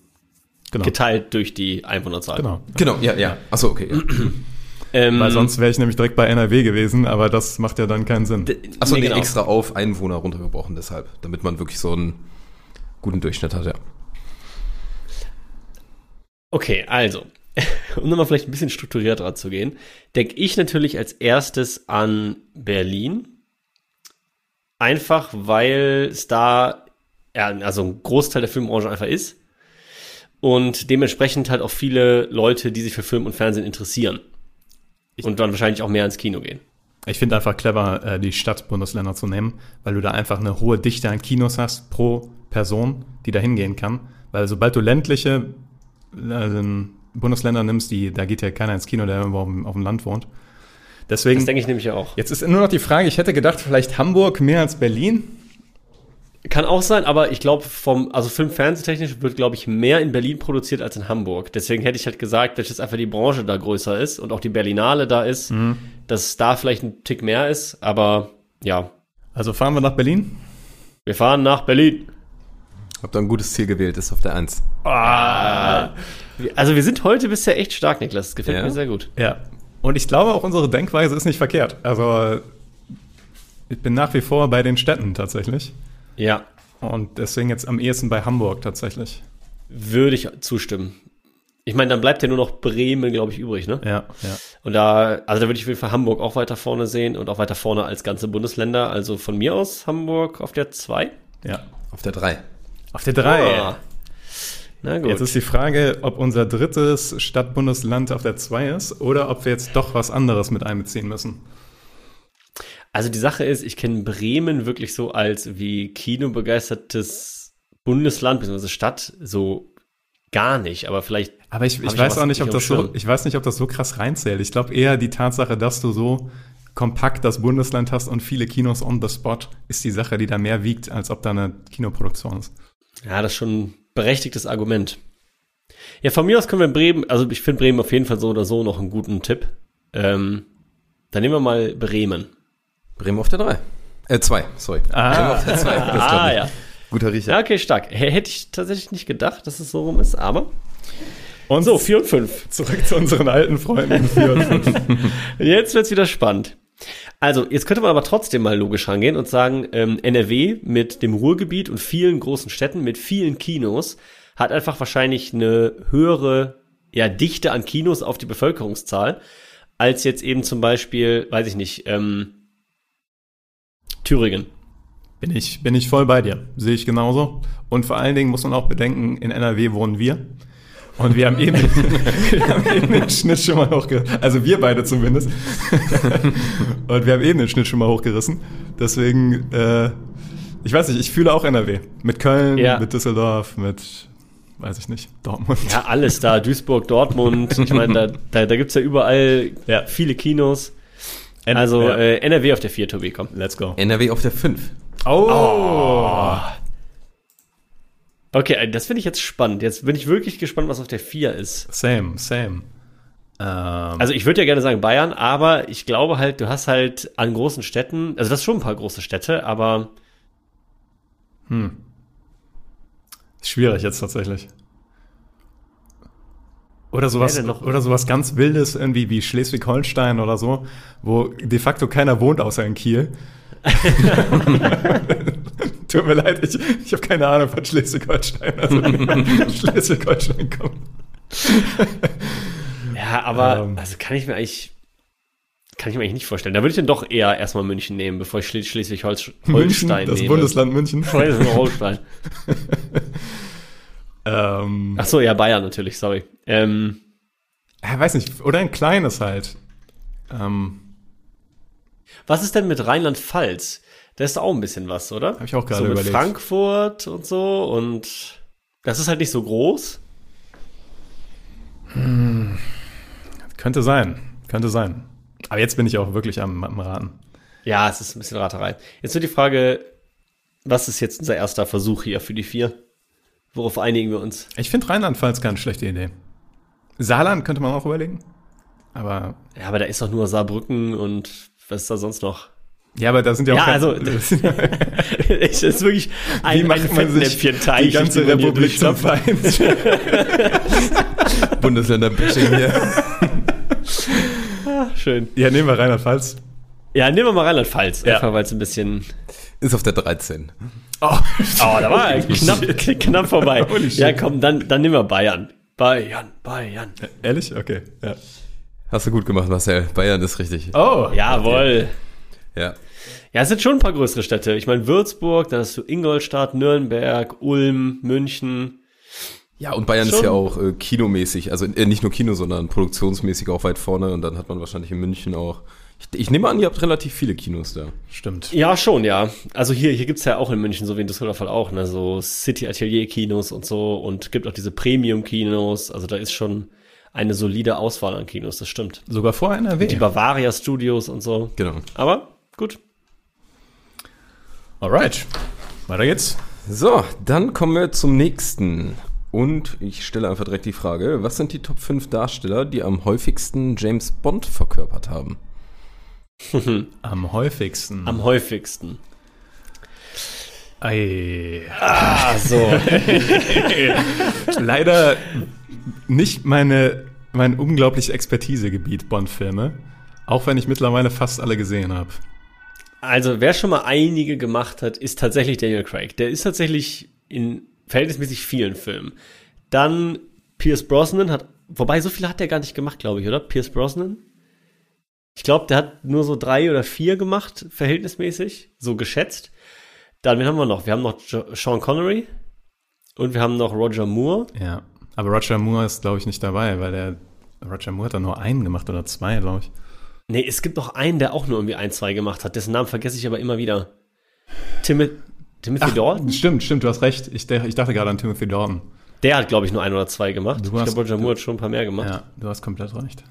[SPEAKER 1] genau.
[SPEAKER 6] geteilt durch die Einwohnerzahl.
[SPEAKER 1] genau.
[SPEAKER 5] Genau, ja, ja. Achso, okay. Ja.
[SPEAKER 6] Ähm,
[SPEAKER 1] Weil sonst wäre ich nämlich direkt bei NRW gewesen, aber das macht ja dann keinen Sinn.
[SPEAKER 5] Achso,
[SPEAKER 6] nee,
[SPEAKER 5] nee,
[SPEAKER 6] genau.
[SPEAKER 5] extra auf Einwohner runtergebrochen deshalb, damit man wirklich so einen guten Durchschnitt hat, ja.
[SPEAKER 6] Okay, also, um nochmal vielleicht ein bisschen strukturierter ranzugehen, denke ich natürlich als erstes an Berlin. Einfach weil es da, ja, also ein Großteil der Filmbranche einfach ist. Und dementsprechend halt auch viele Leute, die sich für Film und Fernsehen interessieren. und dann wahrscheinlich auch mehr ins Kino gehen.
[SPEAKER 1] Ich finde einfach clever, äh, die Stadtbundesländer zu nehmen, weil du da einfach eine hohe Dichte an Kinos hast pro Person, die da hingehen kann. Weil sobald du ländliche äh, Bundesländer nimmst, die, da geht ja keiner ins Kino, der irgendwo auf dem, auf dem Land wohnt. Deswegen,
[SPEAKER 6] Das denke ich nämlich auch.
[SPEAKER 1] jetzt ist nur noch die Frage, ich hätte gedacht, vielleicht Hamburg mehr als Berlin.
[SPEAKER 6] Kann auch sein, aber ich glaube, vom, also film-fernsehtechnisch wird, glaube ich, mehr in Berlin produziert als in Hamburg. Deswegen hätte ich halt gesagt, dass jetzt einfach die Branche da größer ist und auch die Berlinale da ist, dass es da vielleicht ein Tick mehr ist, aber ja,
[SPEAKER 1] Also fahren wir nach Berlin.
[SPEAKER 6] wir fahren nach Berlin.
[SPEAKER 5] Hab da ein gutes Ziel gewählt, ist auf der 1.
[SPEAKER 6] Also wir sind heute bisher echt stark, Niklas. Das gefällt
[SPEAKER 5] Ja.
[SPEAKER 6] mir sehr gut.
[SPEAKER 1] Ja. Und ich glaube auch unsere Denkweise ist nicht verkehrt. Also ich bin nach wie vor bei den Städten tatsächlich.
[SPEAKER 6] Ja,
[SPEAKER 1] Und deswegen jetzt am ehesten bei Hamburg tatsächlich.
[SPEAKER 6] würde ich zustimmen. Ich meine, dann bleibt ja nur noch Bremen, glaube ich, übrig, ne?
[SPEAKER 1] Ja, ja.
[SPEAKER 6] Und da, also da würde ich auf jeden Fall Hamburg auch weiter vorne sehen und auch weiter vorne als ganze Bundesländer. Also von mir aus Hamburg auf der 2.
[SPEAKER 1] ja.
[SPEAKER 5] Auf der 3.
[SPEAKER 1] Auf der 3.
[SPEAKER 6] Ah, Na gut.
[SPEAKER 1] Jetzt ist die Frage, ob unser drittes Stadtbundesland auf der 2 ist oder ob wir jetzt doch was anderes mit einbeziehen müssen.
[SPEAKER 6] also die Sache ist, ich kenne Bremen wirklich so als wie kinobegeistertes Bundesland bzw. Stadt so gar nicht, aber vielleicht
[SPEAKER 1] Aber ich, ich
[SPEAKER 6] ich
[SPEAKER 1] weiß
[SPEAKER 6] aber
[SPEAKER 1] auch nicht, ob
[SPEAKER 6] nicht auf
[SPEAKER 1] das
[SPEAKER 6] dem
[SPEAKER 1] so,
[SPEAKER 6] Schirm.
[SPEAKER 1] ich weiß nicht, ob das so krass reinzählt. Ich glaube eher die Tatsache, dass du so kompakt das Bundesland hast und viele Kinos on the spot, ist die Sache, die da mehr wiegt, als ob da eine Kinoproduktion ist.
[SPEAKER 6] Ja, das ist schon ein berechtigtes Argument. Ja, von mir aus können wir Bremen, also ich finde Bremen auf jeden Fall so oder so noch einen guten Tipp. Ähm, dann nehmen wir mal Bremen.
[SPEAKER 5] Bremen auf der 3. Äh, 2, sorry. Ah, Bremen auf der 2.
[SPEAKER 6] Ah, ja.
[SPEAKER 5] Guter Riecher.
[SPEAKER 6] Ja, okay, stark. H- Hätte ich tatsächlich nicht gedacht, dass es so rum ist, aber. Und so, 4 und 5.
[SPEAKER 1] Zurück zu unseren alten Freunden.
[SPEAKER 6] Jetzt wird's wieder spannend. Also, jetzt könnte man aber trotzdem mal logisch rangehen und sagen, ähm, NRW mit dem Ruhrgebiet und vielen großen Städten, mit vielen Kinos, hat einfach wahrscheinlich eine höhere ja, Dichte an Kinos auf die Bevölkerungszahl, als jetzt eben zum Beispiel, weiß ich nicht, ähm, Thüringen.
[SPEAKER 1] bin ich, bin ich voll bei dir. Sehe ich genauso. Und vor allen Dingen muss man auch bedenken, in NRW wohnen wir. Und wir haben eben, wir haben eben den Schnitt schon mal hochgerissen. Also wir beide zumindest. Und wir haben eben den Schnitt schon mal hochgerissen. Deswegen, äh, ich weiß nicht, ich fühle auch NRW. Mit Köln,
[SPEAKER 6] Ja.
[SPEAKER 1] mit Düsseldorf, mit, weiß ich nicht, Dortmund.
[SPEAKER 6] Ja, alles da, Duisburg, Dortmund. Ich meine, da, da, da gibt's ja überall viele Kinos. Also
[SPEAKER 1] ja.
[SPEAKER 6] äh, NRW auf der 4, Tobi, komm.
[SPEAKER 1] Let's go.
[SPEAKER 5] NRW auf der 5.
[SPEAKER 6] Okay, äh, das finde ich jetzt spannend. Jetzt bin ich wirklich gespannt, was auf der 4 ist.
[SPEAKER 1] Same, same. Ähm,
[SPEAKER 6] Also ich würde ja gerne sagen Bayern, aber ich glaube halt, du hast halt an großen Städten, also das ist schon ein paar große Städte, aber
[SPEAKER 1] Schwierig jetzt tatsächlich. Oder sowas,
[SPEAKER 6] Wer denn noch?
[SPEAKER 1] oder sowas ganz Wildes irgendwie wie Schleswig-Holstein oder so, wo de facto keiner wohnt außer in Kiel. Tut mir leid, ich, ich habe keine Ahnung von Schleswig-Holstein. Also Schleswig-Holstein kommt.
[SPEAKER 6] ja, aber
[SPEAKER 1] Ähm.
[SPEAKER 6] also kann ich mir eigentlich kann ich mir eigentlich nicht vorstellen. Da würde ich dann doch eher erstmal München nehmen, bevor ich Schle-
[SPEAKER 1] München,
[SPEAKER 6] Schleswig-Holstein
[SPEAKER 1] das
[SPEAKER 6] nehme.
[SPEAKER 1] Bundesland München.
[SPEAKER 6] Schleswig-Holstein.
[SPEAKER 1] Ähm,
[SPEAKER 6] Ach so, ja, Bayern natürlich, sorry. Ähm,
[SPEAKER 1] ja, weiß nicht, oder ein kleines halt. Ähm,
[SPEAKER 6] was ist denn mit Rheinland-Pfalz? Da ist auch ein bisschen was, oder?
[SPEAKER 1] Hab ich auch gerade
[SPEAKER 6] so mit
[SPEAKER 1] überlegt.
[SPEAKER 6] Frankfurt und so und das ist halt nicht so groß.
[SPEAKER 1] könnte sein, könnte sein. Aber jetzt bin ich auch wirklich am, am Raten.
[SPEAKER 6] Ja, es ist ein bisschen Raterei. Jetzt nur die Frage, was ist jetzt unser erster Versuch hier für die vier? Worauf einigen wir uns?
[SPEAKER 1] Ich finde Rheinland-Pfalz keine schlechte Idee. Saarland könnte man auch überlegen. Aber
[SPEAKER 6] Ja, aber da ist doch nur Saarbrücken und was ist da sonst noch?
[SPEAKER 1] ja, aber da sind ja auch
[SPEAKER 6] Ja,
[SPEAKER 1] kein-
[SPEAKER 6] also- Es ist wirklich ein, ein Fettnäpfchen-Teich,
[SPEAKER 1] die ganze
[SPEAKER 6] den man hier
[SPEAKER 1] Republik zum
[SPEAKER 6] durchstopft.
[SPEAKER 1] Feind?
[SPEAKER 5] Bundesländer-Bashing hier.
[SPEAKER 6] Schön.
[SPEAKER 1] ja, nehmen wir Rheinland-Pfalz.
[SPEAKER 6] Ja, nehmen wir mal Rheinland-Pfalz,
[SPEAKER 1] Ja.
[SPEAKER 6] einfach weil es ein bisschen...
[SPEAKER 5] Ist auf der 13.
[SPEAKER 6] Oh, da war er knapp, knapp vorbei. Ja, komm, dann, dann nehmen wir Bayern. Bayern, Bayern.
[SPEAKER 1] Ehrlich? Okay. Ja.
[SPEAKER 5] Hast du gut gemacht, Marcel. Bayern ist richtig.
[SPEAKER 1] Oh,
[SPEAKER 6] Jawohl.
[SPEAKER 5] Ja.
[SPEAKER 6] Ja, es sind schon ein paar größere Städte. Ich meine, Würzburg, dann hast du Ingolstadt, Nürnberg, Ulm, München.
[SPEAKER 5] Ja, und Bayern ist
[SPEAKER 6] Schon.
[SPEAKER 5] ja auch äh, kinomäßig, also äh, nicht nur Kino, sondern produktionsmäßig auch weit vorne. Und dann hat man wahrscheinlich in München auch. Ich, ich nehme an, ihr habt relativ viele Kinos da.
[SPEAKER 1] stimmt.
[SPEAKER 6] Ja, schon, ja. Also hier, hier gibt's ja auch in München, so wie in Düsseldorf halt auch, ne, so City-Atelier-Kinos und so und gibt auch diese Premium-Kinos. Also da ist schon eine solide Auswahl an Kinos, das stimmt.
[SPEAKER 1] Sogar vor
[SPEAKER 6] Die
[SPEAKER 1] NRW.
[SPEAKER 6] Bavaria Studios und so.
[SPEAKER 5] Genau.
[SPEAKER 6] Aber gut.
[SPEAKER 1] Alright. Weiter geht's.
[SPEAKER 5] So, dann kommen wir zum nächsten. Und ich stelle einfach direkt die Frage: Was sind die Top 5 Darsteller, die am häufigsten James Bond verkörpert haben?
[SPEAKER 1] Am häufigsten.
[SPEAKER 6] Am häufigsten.
[SPEAKER 1] Ei.
[SPEAKER 6] Ah, so.
[SPEAKER 1] Leider nicht meine, mein unglaubliches Expertisegebiet, Bond-Filme. Auch wenn ich mittlerweile fast alle gesehen habe.
[SPEAKER 6] Also, wer schon mal einige gemacht hat, ist tatsächlich Daniel Craig. Der ist tatsächlich in verhältnismäßig vielen Filmen. Dann Pierce Brosnan hat, wobei so viele hat der gar nicht gemacht, glaube ich, oder? Pierce Brosnan? Ich glaube, der hat nur so drei oder vier gemacht, verhältnismäßig, so geschätzt. Dann, wen haben wir noch? Wir haben noch jo Sean Connery und wir haben noch Roger Moore.
[SPEAKER 1] Ja. Aber Roger Moore ist, glaube ich, nicht dabei, weil der Roger Moore hat da nur einen gemacht oder zwei, glaube ich.
[SPEAKER 6] Nee, es gibt noch einen, der auch nur irgendwie ein, zwei gemacht hat. Dessen Namen vergesse ich aber immer wieder. Timi Timothy Dalton?
[SPEAKER 1] Stimmt, stimmt, du hast recht. Ich, dach- ich dachte gerade an Timothy Dalton.
[SPEAKER 6] Der hat, glaube ich, nur ein oder zwei gemacht.
[SPEAKER 1] Du
[SPEAKER 6] ich glaube,
[SPEAKER 1] hast-
[SPEAKER 6] Roger Moore hat schon ein paar mehr gemacht.
[SPEAKER 1] Ja, du hast komplett recht.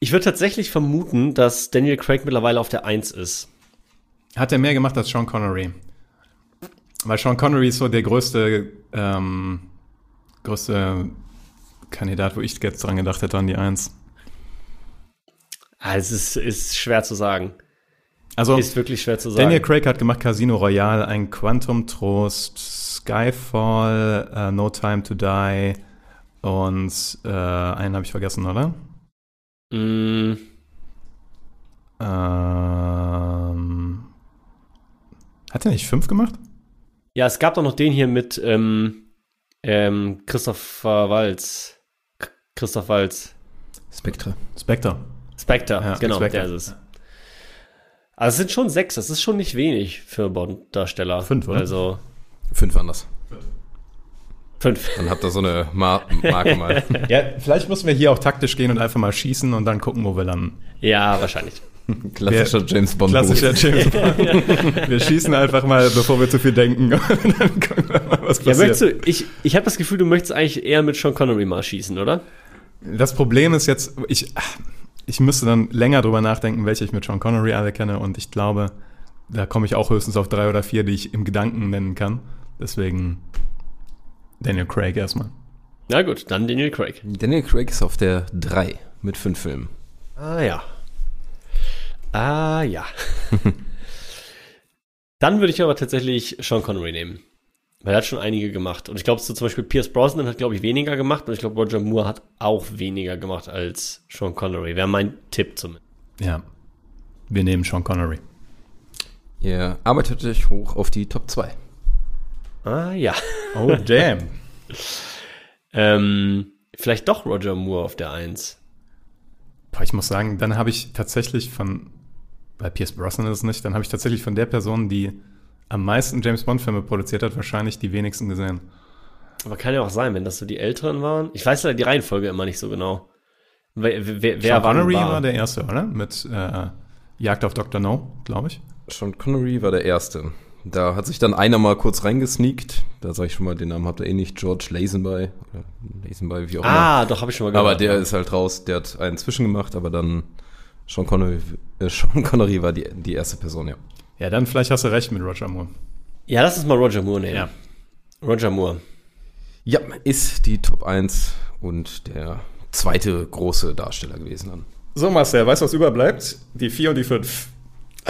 [SPEAKER 6] Ich würde tatsächlich vermuten, dass Daniel Craig mittlerweile auf der Eins ist.
[SPEAKER 1] Hat er mehr gemacht als Sean Connery? Weil Sean Connery ist so der größte, ähm, größte Kandidat, wo ich jetzt dran gedacht hätte, an die Eins.
[SPEAKER 6] Ah, es ist, ist schwer zu sagen.
[SPEAKER 1] Also,
[SPEAKER 6] Ist wirklich schwer zu sagen.
[SPEAKER 1] Daniel Craig hat gemacht Casino Royale, ein Quantum Trost, Skyfall, äh, No Time to Die und äh, einen habe ich vergessen, oder?
[SPEAKER 6] Mm,
[SPEAKER 1] Ähm, hat er nicht fünf gemacht?
[SPEAKER 6] ja, es gab doch noch den hier mit ähm, ähm, Christopher Walz. K Christoph Walz.
[SPEAKER 5] Spectre.
[SPEAKER 1] Spectre.
[SPEAKER 6] Spectre,
[SPEAKER 1] Ja,
[SPEAKER 6] genau,
[SPEAKER 1] Spectre.
[SPEAKER 6] der ist es. Also es sind schon sechs, das ist schon nicht wenig für Bond-Darsteller.
[SPEAKER 1] Fünf, oder?
[SPEAKER 6] Also
[SPEAKER 5] Fünf waren das.
[SPEAKER 6] fünf.
[SPEAKER 5] Dann habt ihr so eine Mar Marke mal.
[SPEAKER 1] Ja, vielleicht müssen wir hier auch taktisch gehen und einfach mal schießen und dann gucken, wo wir landen.
[SPEAKER 6] Ja, wahrscheinlich.
[SPEAKER 5] Klassischer James Bond.
[SPEAKER 1] Klassischer James Bond. wir schießen einfach mal, bevor wir zu viel denken. Und dann gucken wir mal, was
[SPEAKER 6] Ja,
[SPEAKER 1] passiert.
[SPEAKER 6] möchtest du, ich, ich habe das Gefühl, du möchtest eigentlich eher mit Sean Connery mal schießen, oder?
[SPEAKER 1] das Problem ist jetzt, ich, ich müsste dann länger drüber nachdenken, welche ich mit Sean Connery alle kenne. Und ich glaube, da komme ich auch höchstens auf drei oder vier, die ich im Gedanken nennen kann. Deswegen Daniel Craig erstmal.
[SPEAKER 6] Na gut, dann Daniel Craig.
[SPEAKER 5] Daniel Craig ist auf der 3 mit fünf Filmen.
[SPEAKER 6] Ah ja. Ah ja. Dann würde ich aber tatsächlich Sean Connery nehmen. Weil er hat schon einige gemacht. Und ich glaube, so zum Beispiel Pierce Brosnan hat, glaube ich, weniger gemacht. Und ich glaube, Roger Moore hat auch weniger gemacht als Sean Connery. Wäre mein Tipp zumindest.
[SPEAKER 1] Ja. Wir nehmen Sean Connery.
[SPEAKER 5] Ihr arbeitet euch hoch auf die Top 2.
[SPEAKER 6] Ah ja.
[SPEAKER 1] Oh, damn.
[SPEAKER 6] Ähm, vielleicht doch Roger Moore auf der Eins.
[SPEAKER 1] Boah, ich muss sagen, dann habe ich tatsächlich von, bei Pierce Brosnan ist es nicht, dann habe ich tatsächlich von der Person, die am meisten James Bond-Filme produziert hat, wahrscheinlich die wenigsten gesehen.
[SPEAKER 6] Aber kann ja auch sein, wenn das so die Älteren waren. Ich weiß leider die Reihenfolge immer nicht so genau. Wer, wer, wer
[SPEAKER 1] Sean
[SPEAKER 6] wann
[SPEAKER 1] Connery
[SPEAKER 6] war.
[SPEAKER 1] war der erste, oder? Mit äh, Jagd auf Dr. No, glaube ich.
[SPEAKER 5] Sean Connery war der Erste. Da hat sich dann einer mal kurz reingesneakt. Da sage ich schon mal, den Namen habt ihr eh nicht. George Lazenby. Oder Lazenby, wie auch
[SPEAKER 6] ah, doch, habe ich schon mal
[SPEAKER 5] immer.
[SPEAKER 6] gehört.
[SPEAKER 5] Aber der ist halt raus. Der hat einen zwischengemacht, aber dann Sean Connery, äh, Sean Connery war die, die erste Person, ja.
[SPEAKER 1] Ja, dann vielleicht hast du recht mit Roger Moore.
[SPEAKER 6] Ja, lass uns mal Roger Moore nehmen.
[SPEAKER 1] Ja.
[SPEAKER 6] Roger Moore.
[SPEAKER 5] Ja, ist die Top 1 und der zweite große Darsteller gewesen dann.
[SPEAKER 1] So, Marcel, weißt du, was überbleibt? Die 4 und die 5.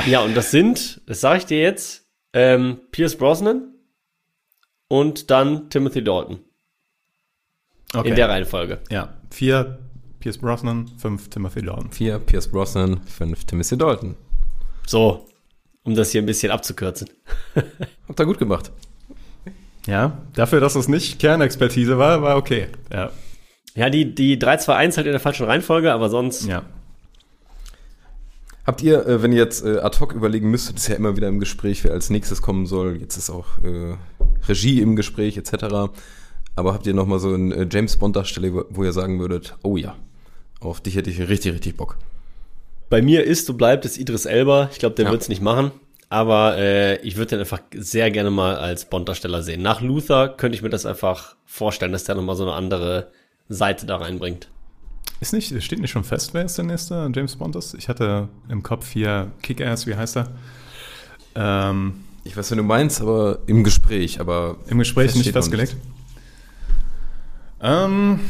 [SPEAKER 6] Ja, und das sind, das sage ich dir jetzt, ähm, Pierce Brosnan und dann Timothy Dalton.
[SPEAKER 1] Okay.
[SPEAKER 6] In der Reihenfolge.
[SPEAKER 1] ja, 4 Pierce Brosnan, 5 Timothy Dalton.
[SPEAKER 5] 4 Pierce Brosnan, 5 Timothy Dalton.
[SPEAKER 6] So, um das hier ein bisschen abzukürzen.
[SPEAKER 5] Habt ihr gut gemacht.
[SPEAKER 1] Ja, dafür, dass es nicht Kernexpertise war, war okay. Ja,
[SPEAKER 6] Ja, die, die 3-2-1 halt in der falschen Reihenfolge, aber sonst.
[SPEAKER 1] ja.
[SPEAKER 5] Habt ihr, äh, wenn ihr jetzt äh, ad hoc überlegen müsstet, ist ja immer wieder im Gespräch, wer als nächstes kommen soll, jetzt ist auch äh, Regie im Gespräch etc. Aber habt ihr nochmal so einen äh, James Bond-Darsteller, wo- wo ihr sagen würdet, oh ja, auf dich hätte ich richtig, richtig Bock.
[SPEAKER 6] Bei mir ist und bleibt es Idris Elba. Ich glaube, der
[SPEAKER 5] Ja.
[SPEAKER 6] wird's nicht machen. Aber äh, ich würde den einfach sehr gerne mal als Bond-Darsteller sehen. Nach Luther könnte ich mir das einfach vorstellen, dass der nochmal so eine andere Seite da reinbringt.
[SPEAKER 1] Ist nicht, steht nicht schon fest, wer jetzt der nächste James Bond ist? Ich hatte im Kopf hier Kick-Ass, wie heißt er? Ähm,
[SPEAKER 5] Ich weiß, wenn du meinst, aber im Gespräch, aber
[SPEAKER 1] Im Gespräch
[SPEAKER 5] Fest
[SPEAKER 1] nicht
[SPEAKER 5] steht noch
[SPEAKER 1] festgelegt. Ähm,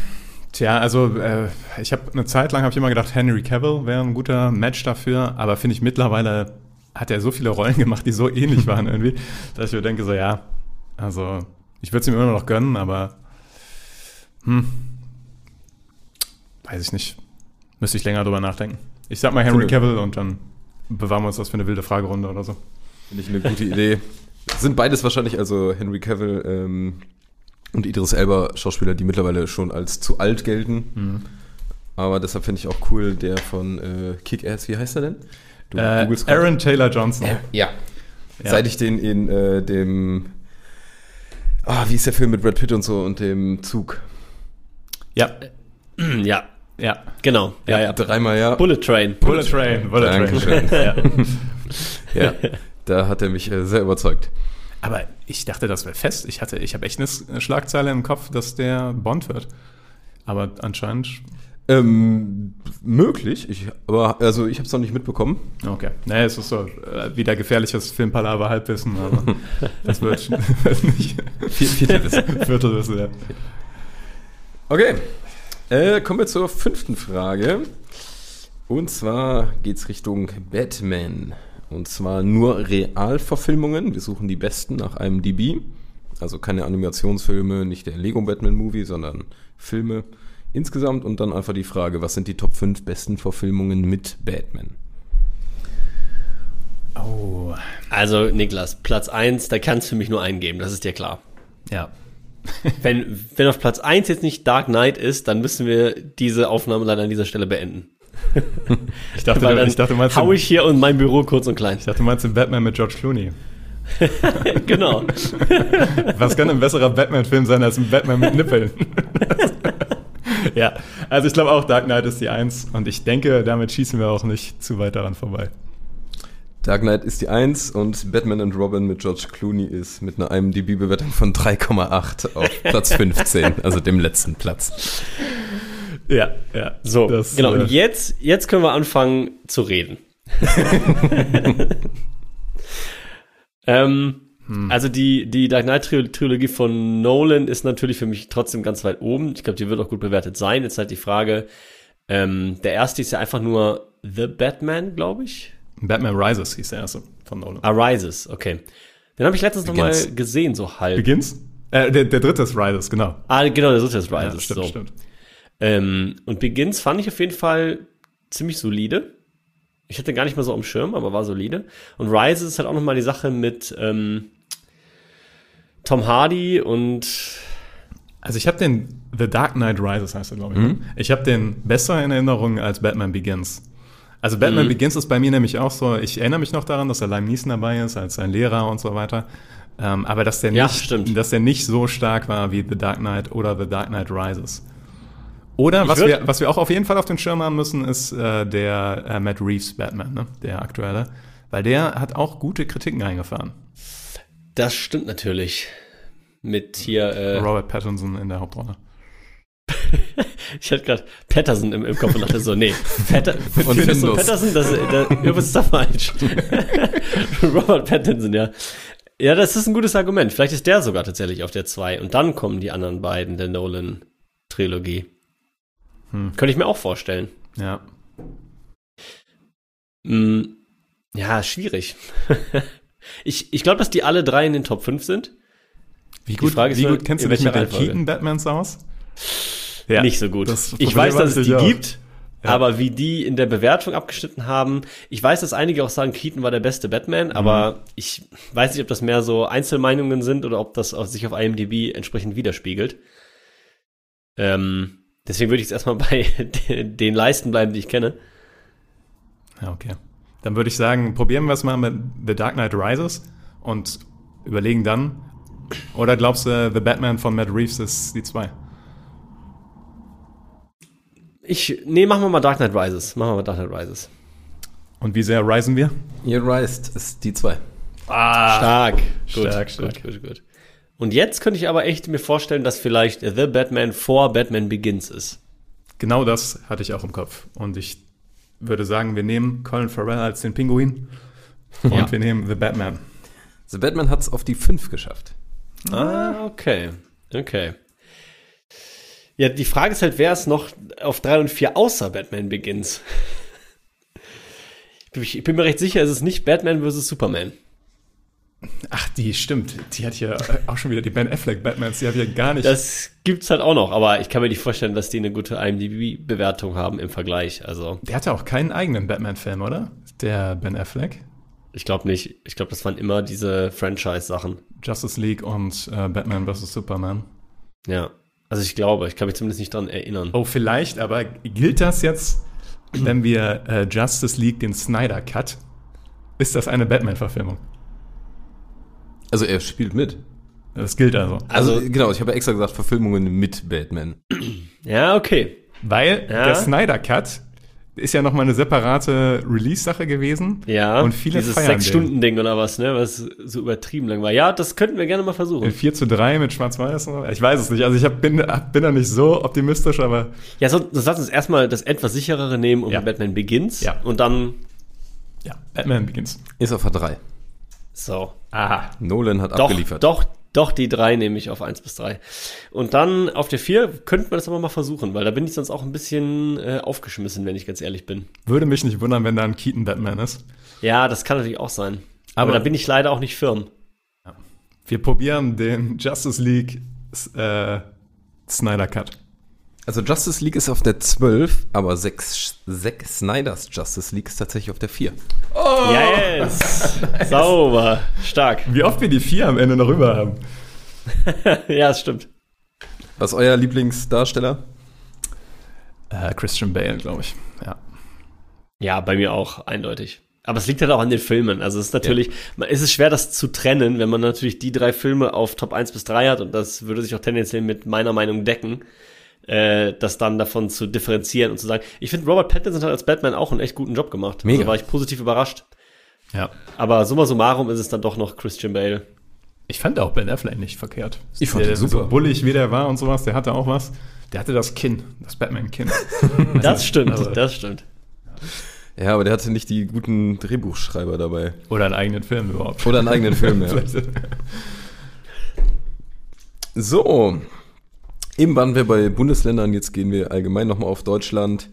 [SPEAKER 1] Tja, also äh, ich habe eine Zeit lang habe ich immer gedacht, Henry Cavill wäre ein guter Match dafür, aber finde ich mittlerweile hat er so viele Rollen gemacht, die so ähnlich waren irgendwie, dass ich mir denke so ja, also ich würde es ihm immer noch gönnen, aber hm, weiß ich nicht, müsste ich länger drüber nachdenken. Ich sag mal Henry
[SPEAKER 5] Finde-
[SPEAKER 1] Cavill und dann bewahren wir uns das für eine wilde Fragerunde oder so.
[SPEAKER 5] Finde ich eine gute Idee. Sind beides wahrscheinlich, also Henry Cavill ähm, und Idris Elba, Schauspieler, die mittlerweile schon als zu alt gelten. Aber deshalb finde ich auch cool, der von äh, Kick-Ass, wie heißt er denn? Du
[SPEAKER 1] Äh,
[SPEAKER 5] googelst grad.
[SPEAKER 1] Aaron Taylor Johnson.
[SPEAKER 5] Ja.
[SPEAKER 1] Ja.
[SPEAKER 5] Äh, Seit ich den in äh, dem. Ah, wie ist der Film mit Brad Pitt und so und dem Zug?
[SPEAKER 1] Ja,
[SPEAKER 6] Ja,
[SPEAKER 1] ja.
[SPEAKER 6] genau. Ja, ja.
[SPEAKER 5] Dreimal ja.
[SPEAKER 6] Bullet Train.
[SPEAKER 1] Bullet Train, Bullet Train.
[SPEAKER 5] Dankeschön.
[SPEAKER 1] Ja.
[SPEAKER 5] ja. Da hat er mich äh, sehr überzeugt.
[SPEAKER 1] Aber ich dachte, das wäre fest. Ich hatte, ich habe echt eine S- eine Schlagzeile im Kopf, dass der Bond wird. Aber anscheinend,
[SPEAKER 5] Ähm, möglich. Ich, aber also ich habe es noch nicht mitbekommen.
[SPEAKER 1] okay. Naja, es ist so äh, wieder gefährliches Filmpalaver Halbwissen, aber das wird wird nicht. Viertelwissen. Viertelwissen, ja.
[SPEAKER 5] Okay. Äh, kommen wir zur fünften Frage. Und zwar geht's Richtung Batman. Und zwar nur Realverfilmungen. Wir suchen die besten nach einem DB. Also keine Animationsfilme, nicht der Lego Batman Movie, sondern Filme insgesamt. Und dann einfach die Frage, was sind die Top 5 besten Verfilmungen mit Batman?
[SPEAKER 1] Oh,
[SPEAKER 6] Also, Niklas, Platz 1, da kann es für mich nur einen geben, das ist dir klar.
[SPEAKER 1] ja.
[SPEAKER 6] Wenn, wenn auf Platz 1 jetzt nicht Dark Knight ist, dann müssen wir diese Aufnahme leider an dieser Stelle beenden.
[SPEAKER 1] Ich dachte,
[SPEAKER 6] Weil
[SPEAKER 1] du,
[SPEAKER 6] dann
[SPEAKER 1] ich dachte, du meinst,
[SPEAKER 6] hau
[SPEAKER 1] den,
[SPEAKER 6] ich hier und mein Büro kurz und klein.
[SPEAKER 1] ich dachte, du meinst den Batman mit George Clooney.
[SPEAKER 6] genau.
[SPEAKER 1] Was kann ein besserer Batman-Film sein als ein Batman mit Nippeln? ja, also ich glaube auch Dark Knight ist die Eins und ich denke, damit schießen wir auch nicht zu weit daran vorbei.
[SPEAKER 5] Dark Knight ist die 1 und Batman and Robin mit George Clooney ist mit einer IMDb-Bewertung von 3,8 auf Platz 15, also dem letzten Platz.
[SPEAKER 1] Ja, ja.
[SPEAKER 6] So,
[SPEAKER 1] das,
[SPEAKER 6] genau.
[SPEAKER 1] äh,
[SPEAKER 6] Und jetzt, jetzt können wir anfangen zu reden. ähm,
[SPEAKER 1] Hm.
[SPEAKER 6] Also die, die Dark Knight-Trilogie von Nolan ist natürlich für mich trotzdem ganz weit oben. Ich glaube, die wird auch gut bewertet sein. Jetzt halt die Frage, ähm, der erste ist ja einfach nur The Batman, glaube ich.
[SPEAKER 1] Batman Rises hieß der erste von Nolan.
[SPEAKER 6] Arises, okay. Den habe ich letztens nochmal
[SPEAKER 5] Begins.
[SPEAKER 6] gesehen, so halb.
[SPEAKER 1] Begins? Äh, der, der dritte ist Rises, genau.
[SPEAKER 6] ah, genau, der dritte ist Rises.
[SPEAKER 1] Ja, stimmt,
[SPEAKER 6] so.
[SPEAKER 1] stimmt.
[SPEAKER 6] Ähm, und Begins fand ich auf jeden Fall ziemlich solide. Ich hatte gar nicht mal so am Schirm, aber war solide. Und Rise ist halt auch nochmal die Sache mit ähm, Tom Hardy und
[SPEAKER 1] Also ich habe den The Dark Knight Rises heißt er, glaube ich.
[SPEAKER 6] Mhm.
[SPEAKER 1] ne? Ich habe den besser in Erinnerung als Batman Begins. Also Batman
[SPEAKER 6] Mhm.
[SPEAKER 1] Begins ist bei mir nämlich auch so, ich erinnere mich noch daran, dass er Lime Neeson dabei ist, als sein Lehrer und so weiter. Ähm, aber dass der,
[SPEAKER 6] Ja,
[SPEAKER 1] nicht,
[SPEAKER 6] stimmt.
[SPEAKER 1] dass der nicht so stark war wie The Dark Knight oder The Dark Knight Rises. Oder was
[SPEAKER 6] würd-
[SPEAKER 1] wir, was wir auch auf jeden Fall auf dem Schirm haben müssen, ist äh, der äh, Matt Reeves Batman, ne? der aktuelle. Weil der hat auch gute Kritiken eingefahren.
[SPEAKER 6] das stimmt natürlich. Mit hier, äh,
[SPEAKER 1] Robert Pattinson in der Hauptrolle.
[SPEAKER 6] ich hatte gerade Patterson im, im Kopf und dachte so, nee, Patter
[SPEAKER 5] Und
[SPEAKER 6] Findest du
[SPEAKER 5] Findus.
[SPEAKER 6] Patterson, das, das, irgendwas ist da falsch. Robert Pattinson, ja. Ja, das ist ein gutes Argument. Vielleicht ist der sogar tatsächlich auf der 2 und dann kommen die anderen beiden der Nolan-Trilogie.
[SPEAKER 5] Hm.
[SPEAKER 6] Könnte ich mir auch vorstellen.
[SPEAKER 1] Ja.
[SPEAKER 6] Hm, ja, schwierig. ich ich glaube, dass die alle drei in den Top 5 sind.
[SPEAKER 1] Wie gut,
[SPEAKER 6] Frage ist
[SPEAKER 1] wie
[SPEAKER 6] nur,
[SPEAKER 1] gut kennst du
[SPEAKER 6] in
[SPEAKER 1] dich mit
[SPEAKER 6] welcher
[SPEAKER 1] den
[SPEAKER 6] Reihenfolge?
[SPEAKER 1] Keaton Batmans aus? Ja,
[SPEAKER 6] Nicht so gut.
[SPEAKER 1] das
[SPEAKER 6] ich
[SPEAKER 1] Problem
[SPEAKER 6] weiß, dass
[SPEAKER 1] hatte
[SPEAKER 6] es die
[SPEAKER 1] ich auch.
[SPEAKER 6] gibt, aber wie die in der Bewertung abgeschnitten haben, ich weiß, dass einige auch sagen, Keaton war der beste Batman,
[SPEAKER 1] Mhm.
[SPEAKER 6] aber ich weiß nicht, ob das mehr so Einzelmeinungen sind oder ob das auf, sich auf IMDb entsprechend widerspiegelt. Ähm, deswegen würde ich jetzt erstmal bei den den Leisten bleiben, die ich kenne.
[SPEAKER 1] Ja, Ah, okay. Dann würde ich sagen, probieren wir es mal mit The Dark Knight Rises und überlegen dann. Oder glaubst du, The Batman von Matt Reeves ist die zwei?
[SPEAKER 6] Ich, nee, machen wir mal Dark Knight Rises. Machen wir mal Dark Knight Rises.
[SPEAKER 1] Und wie sehr risen wir?
[SPEAKER 5] Ihr Rised ist die 2.
[SPEAKER 6] Stark. Gut,
[SPEAKER 1] Stark, stark.
[SPEAKER 6] Gut, gut, gut. Und jetzt könnte ich aber echt mir vorstellen, dass vielleicht The Batman vor Batman Begins ist.
[SPEAKER 1] Genau das hatte ich auch im Kopf. Und ich würde sagen, wir nehmen Colin Farrell als den Pinguin und
[SPEAKER 6] Ja.
[SPEAKER 1] wir nehmen The Batman.
[SPEAKER 5] The Batman hat es auf die 5 geschafft.
[SPEAKER 6] Ah, okay. Okay. Ja, die Frage ist halt, wer ist noch auf 3 und 4 außer Batman Begins? Ich bin- Ich bin mir recht sicher, es ist nicht Batman vs. Superman.
[SPEAKER 1] Ach, die stimmt. Die hat hier auch schon wieder die Ben Affleck Batmans, die habe ich ja gar nicht.
[SPEAKER 6] Das gibt's halt auch noch, aber ich kann mir nicht vorstellen, dass die eine gute IMDb-Bewertung haben im Vergleich. Also,
[SPEAKER 1] der hatte auch keinen eigenen Batman-Film, oder? Der Ben Affleck.
[SPEAKER 6] ich glaube nicht. Ich glaube, das waren immer diese Franchise-Sachen.
[SPEAKER 1] Justice League und äh, Batman vs. Superman.
[SPEAKER 6] Ja. Also, ich glaube, ich kann mich zumindest nicht dran erinnern.
[SPEAKER 1] Oh, vielleicht, aber gilt das jetzt, wenn wir äh, Justice League den Snyder Cut? Ist das eine Batman-Verfilmung?
[SPEAKER 5] Also er spielt mit.
[SPEAKER 1] Das gilt also.
[SPEAKER 5] Also,
[SPEAKER 6] Also-
[SPEAKER 5] genau, ich habe ja extra gesagt, Verfilmungen mit Batman.
[SPEAKER 6] Ja, okay.
[SPEAKER 1] Weil
[SPEAKER 6] Ja.
[SPEAKER 1] der Snyder Cut ist ja nochmal eine separate Release-Sache gewesen.
[SPEAKER 6] Ja.
[SPEAKER 1] Und viele
[SPEAKER 6] Dieses
[SPEAKER 1] feiern den.
[SPEAKER 6] Sechs-Stunden-Ding oder was, ne? Was so übertrieben lang war. Ja, das könnten wir gerne mal
[SPEAKER 1] In
[SPEAKER 6] versuchen.
[SPEAKER 1] 4 zu 3 mit Schwarz-Weiß. und so. Ich weiß es nicht. Also ich hab, bin, hab- bin da nicht so optimistisch, aber
[SPEAKER 6] Ja, sonst, sonst lass uns erstmal das etwas sicherere nehmen und
[SPEAKER 1] Ja.
[SPEAKER 6] Batman Begins.
[SPEAKER 1] Ja.
[SPEAKER 6] Und dann,
[SPEAKER 1] ja, Batman Begins.
[SPEAKER 5] Ist auf A3.
[SPEAKER 6] so.
[SPEAKER 1] Aha.
[SPEAKER 5] Nolan hat
[SPEAKER 6] Doch,
[SPEAKER 5] abgeliefert.
[SPEAKER 6] doch, doch, die drei nehme ich auf eins bis drei. Und dann auf der vier könnte man das aber mal versuchen, weil da bin ich sonst auch ein bisschen äh, aufgeschmissen, wenn ich ganz ehrlich bin.
[SPEAKER 1] Würde mich nicht wundern, wenn da ein Keaton Batman ist.
[SPEAKER 6] Ja, das kann natürlich auch sein.
[SPEAKER 1] Aber-
[SPEAKER 6] Aber, da bin ich leider auch nicht firm.
[SPEAKER 1] Wir probieren den Justice League s- äh, Snyder Cut.
[SPEAKER 5] Also Justice League ist auf der 12, aber Zack, Zack Snyders Justice League ist tatsächlich auf der 4.
[SPEAKER 1] Oh!
[SPEAKER 6] Yes! Sauber. Stark.
[SPEAKER 1] Wie oft wir die vier am Ende noch rüber haben.
[SPEAKER 6] ja, das stimmt.
[SPEAKER 5] Was ist euer Lieblingsdarsteller?
[SPEAKER 1] Äh, Christian Bale, glaube ich. Ja.
[SPEAKER 6] Ja, bei mir auch, eindeutig. Aber es liegt halt auch an den Filmen. Also es ist natürlich, man- es ist schwer, das zu trennen, wenn man natürlich die drei Filme auf Top 1 bis 3 hat und das würde sich auch tendenziell mit meiner Meinung decken, äh, das dann davon zu differenzieren und zu sagen. Ich finde, Robert Pattinson hat als Batman auch einen echt guten Job gemacht.
[SPEAKER 5] Mega.
[SPEAKER 6] Also war ich positiv überrascht.
[SPEAKER 1] ja.
[SPEAKER 6] Aber summa summarum ist es dann doch noch Christian Bale.
[SPEAKER 1] Ich fand auch Ben Affleck nicht verkehrt.
[SPEAKER 5] Ich fand
[SPEAKER 1] der,
[SPEAKER 5] ihn super.
[SPEAKER 1] So bullig wie der war und sowas, der hatte auch was. Der hatte das Kinn, das Batman-Kinn.
[SPEAKER 6] Das stimmt,
[SPEAKER 1] also-
[SPEAKER 6] das stimmt.
[SPEAKER 5] Ja, aber der hatte nicht die guten Drehbuchschreiber dabei.
[SPEAKER 1] Oder einen eigenen Film überhaupt.
[SPEAKER 5] Oder einen eigenen Film, ja. So, eben waren wir bei Bundesländern, jetzt gehen wir allgemein nochmal auf Deutschland.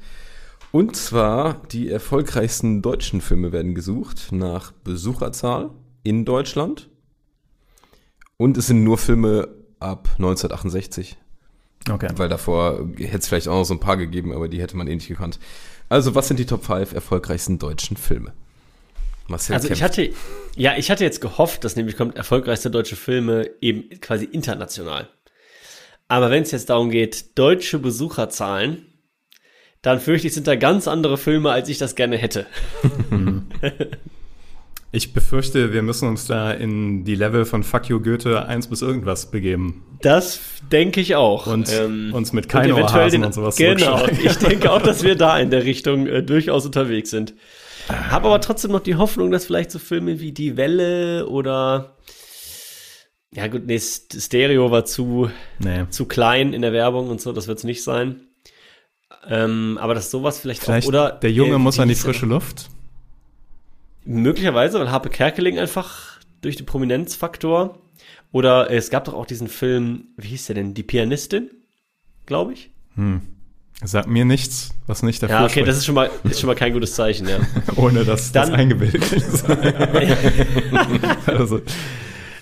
[SPEAKER 5] Und zwar, die erfolgreichsten deutschen Filme werden gesucht nach Besucherzahl in Deutschland. Und es sind nur Filme ab 1968,
[SPEAKER 1] Okay.
[SPEAKER 5] weil davor hätte es vielleicht auch noch so ein paar gegeben, aber die hätte man eh nicht gekannt. Also, was sind die Top 5 erfolgreichsten deutschen Filme? Marcel
[SPEAKER 6] Also ich
[SPEAKER 5] kämpft.
[SPEAKER 6] hatte, ja, ich hatte jetzt gehofft, dass nämlich kommt erfolgreichste deutsche Filme eben quasi international. Aber wenn es jetzt darum geht, deutsche Besucherzahlen, dann fürchte ich, sind da ganz andere Filme, als ich das gerne hätte.
[SPEAKER 1] Ich befürchte, wir müssen uns da in die Level von Fuck You Goethe 1 bis irgendwas begeben.
[SPEAKER 6] Das denke ich auch. Ähm,
[SPEAKER 1] Und uns mit Kaino
[SPEAKER 6] eventuell
[SPEAKER 1] Hasen und sowas
[SPEAKER 6] Genau,
[SPEAKER 1] zurückschlagen.
[SPEAKER 6] ich denke auch, dass wir da in der Richtung äh, durchaus unterwegs sind.
[SPEAKER 1] Ah.
[SPEAKER 6] Habe aber trotzdem noch die Hoffnung, dass vielleicht so Filme wie Die Welle oder ja gut, nee, St- Stereo war zu
[SPEAKER 1] Nee.
[SPEAKER 6] zu klein in der Werbung und so, das wird es nicht sein. Ähm, aber dass sowas vielleicht,
[SPEAKER 1] Vielleicht
[SPEAKER 6] auch, oder
[SPEAKER 1] der Junge
[SPEAKER 6] äh,
[SPEAKER 1] muss
[SPEAKER 6] wie
[SPEAKER 1] an die
[SPEAKER 6] hieß
[SPEAKER 1] frische Luft.
[SPEAKER 6] er? Möglicherweise, weil Harpe Kerkeling einfach durch den Prominenzfaktor oder äh, es gab doch auch diesen Film, wie hieß der denn? Die Pianistin, glaube ich.
[SPEAKER 1] Sag mir nichts, was nicht dafür
[SPEAKER 6] Ja, okay,
[SPEAKER 1] spricht,
[SPEAKER 6] das ist schon mal ist schon mal kein gutes Zeichen, ja.
[SPEAKER 1] ohne dass das
[SPEAKER 6] Dann-
[SPEAKER 1] eingebildet ist. also,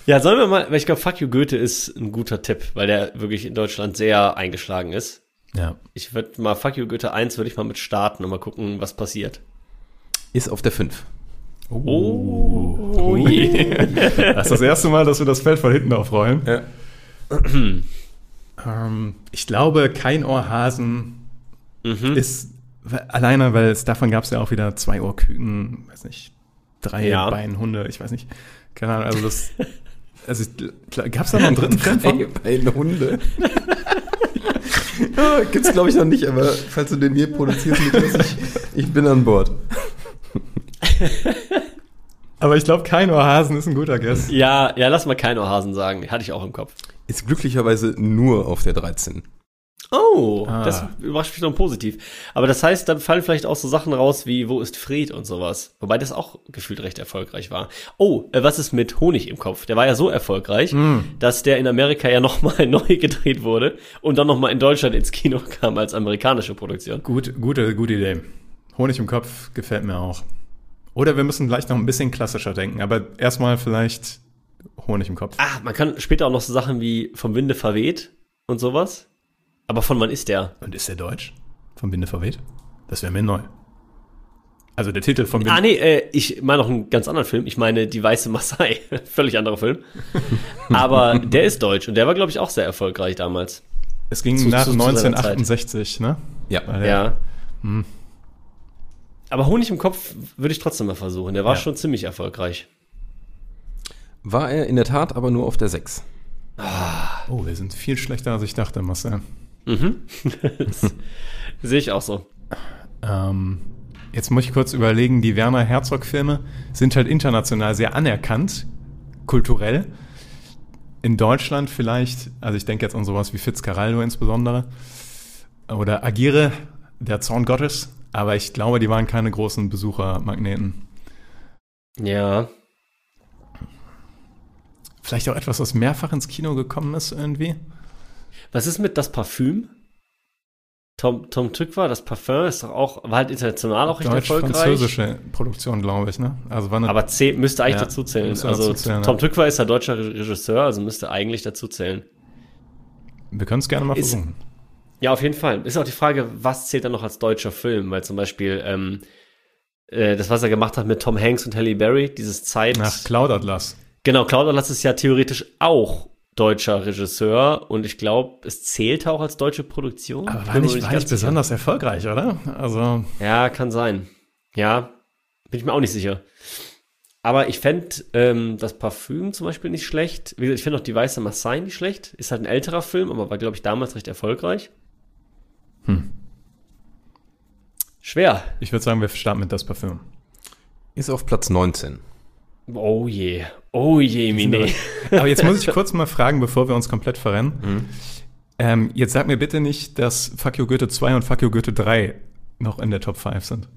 [SPEAKER 6] ja, sollen wir mal, weil ich glaube, Fuck You Goethe ist ein guter Tipp, weil der wirklich in Deutschland sehr eingeschlagen ist.
[SPEAKER 1] ja.
[SPEAKER 6] Ich würde mal Fuck You Goethe 1 würde ich mal mit starten und mal gucken, was passiert.
[SPEAKER 5] Ist auf der 5.
[SPEAKER 6] Oh je.
[SPEAKER 1] Das ist das erste Mal, dass wir das Feld von hinten aufrollen.
[SPEAKER 5] Ja.
[SPEAKER 1] Ähm, ich glaube, kein Ohrhasen ist we- alleine, weil es davon gab es ja auch wieder zwei Ohrküken, weiß nicht, drei
[SPEAKER 6] Ja.
[SPEAKER 1] Beinhunde, ich weiß nicht. Keine Ahnung, also das. Also gab es da noch einen dritten Film von?
[SPEAKER 5] Beine Hunde. ja, gibt's glaube ich noch nicht, aber falls du den hier produzierst, Niklas, ich, ich bin an Bord.
[SPEAKER 1] Aber ich glaube, kein Ohrhasen ist ein guter Guess.
[SPEAKER 6] Ja, ja, lass mal keinen Ohrhasen sagen. Hatte ich auch im Kopf.
[SPEAKER 5] Ist glücklicherweise nur auf der 13.
[SPEAKER 6] Oh,
[SPEAKER 1] Ah.
[SPEAKER 6] das überrascht mich dann positiv. Aber das heißt, dann fallen vielleicht auch so Sachen raus wie Wo ist Fred und sowas. Wobei das auch gefühlt recht erfolgreich war. Oh, äh, was ist mit Honig im Kopf? Der war ja so erfolgreich, dass der in Amerika ja nochmal neu gedreht wurde und dann nochmal in Deutschland ins Kino kam als amerikanische Produktion.
[SPEAKER 1] Gut, gute, gute Idee. Honig im Kopf gefällt mir auch. Oder wir müssen gleich noch ein bisschen klassischer denken, aber erstmal vielleicht Honig im Kopf.
[SPEAKER 6] Ah, man kann später auch noch so Sachen wie Vom Winde verweht und sowas. Aber von wann ist der?
[SPEAKER 1] Und ist der deutsch? Vom Winde verweht? Das wäre mir neu. Also der Titel vom Winde.
[SPEAKER 6] Ah, nee, äh, ich meine noch einen ganz anderen Film. Ich meine Die Weiße Maasai. Völlig anderer Film. Aber der ist deutsch und der war, glaube ich, auch sehr erfolgreich damals.
[SPEAKER 1] es ging
[SPEAKER 6] zu-
[SPEAKER 1] nach
[SPEAKER 6] zu- zu seiner
[SPEAKER 1] 1968, ne?
[SPEAKER 5] Ja.
[SPEAKER 1] Weil
[SPEAKER 6] Ja.
[SPEAKER 1] der- Hm.
[SPEAKER 6] Aber Honig im Kopf würde ich trotzdem mal versuchen. Der war
[SPEAKER 1] Ja.
[SPEAKER 6] schon ziemlich erfolgreich.
[SPEAKER 5] War er in der Tat aber nur auf der 6.
[SPEAKER 1] Oh, wir sind viel schlechter, als ich dachte, Marcel.
[SPEAKER 6] Sehe ich auch so.
[SPEAKER 1] Ähm, jetzt muss ich kurz überlegen, die Werner Herzog-Filme sind halt international sehr anerkannt, kulturell. In Deutschland vielleicht, also ich denke jetzt an sowas wie Fitzcarraldo insbesondere. Oder Agire, der Zorn Gottes. Aber ich glaube, die waren keine großen Besuchermagneten.
[SPEAKER 6] Ja.
[SPEAKER 1] Vielleicht auch etwas, was mehrfach ins Kino gekommen ist irgendwie.
[SPEAKER 6] Was ist mit das Parfüm? Tom, Tom Tück war, das Parfüm ist doch auch, war halt international auch recht erfolgreich.
[SPEAKER 1] Deutsch-französische Produktion, glaube ich, ne? Also war eine
[SPEAKER 6] Aber C müsste eigentlich
[SPEAKER 1] Ja,
[SPEAKER 6] dazu zählen.
[SPEAKER 1] müsste
[SPEAKER 6] Also
[SPEAKER 1] dazu zählen,
[SPEAKER 6] Tom
[SPEAKER 1] ja.
[SPEAKER 6] Tück war ist ja deutscher Re- Regisseur, also müsste eigentlich dazu zählen.
[SPEAKER 1] wir können es gerne mal
[SPEAKER 6] Ist-
[SPEAKER 1] versuchen.
[SPEAKER 6] Ja, auf jeden Fall. Ist auch die Frage, was zählt dann noch als deutscher Film? Weil zum Beispiel ähm, äh, das, was er gemacht hat mit Tom Hanks und Halle Berry, dieses Zeit.
[SPEAKER 1] Nach Cloud Atlas.
[SPEAKER 6] Genau, Cloud Atlas ist ja theoretisch auch deutscher Regisseur und ich glaube, es zählte auch als deutsche Produktion.
[SPEAKER 1] Aber war
[SPEAKER 6] Bin mir
[SPEAKER 1] nicht, war
[SPEAKER 6] ganz
[SPEAKER 1] nicht besonders erfolgreich, oder? Also,
[SPEAKER 6] Sicher. Ja, kann sein. Ja, bin ich mir auch nicht sicher. Aber ich fänd ähm, das Parfüm zum Beispiel nicht schlecht. Wie gesagt, ich finde auch Die Weiße Maasai nicht schlecht. Ist halt ein älterer Film, aber war, glaube ich, damals recht erfolgreich. Hm. Schwer.
[SPEAKER 1] ich würde sagen, wir starten mit das Parfüm.
[SPEAKER 5] Ist auf Platz 19.
[SPEAKER 6] Oh je. Oh je, Mine.
[SPEAKER 1] Aber jetzt muss ich kurz mal fragen, bevor wir uns komplett verrennen.
[SPEAKER 6] Mhm.
[SPEAKER 1] Ähm, jetzt sag mir bitte nicht, dass Fuck You Goethe 2 und Fuck You Goethe 3 noch in der Top 5 sind.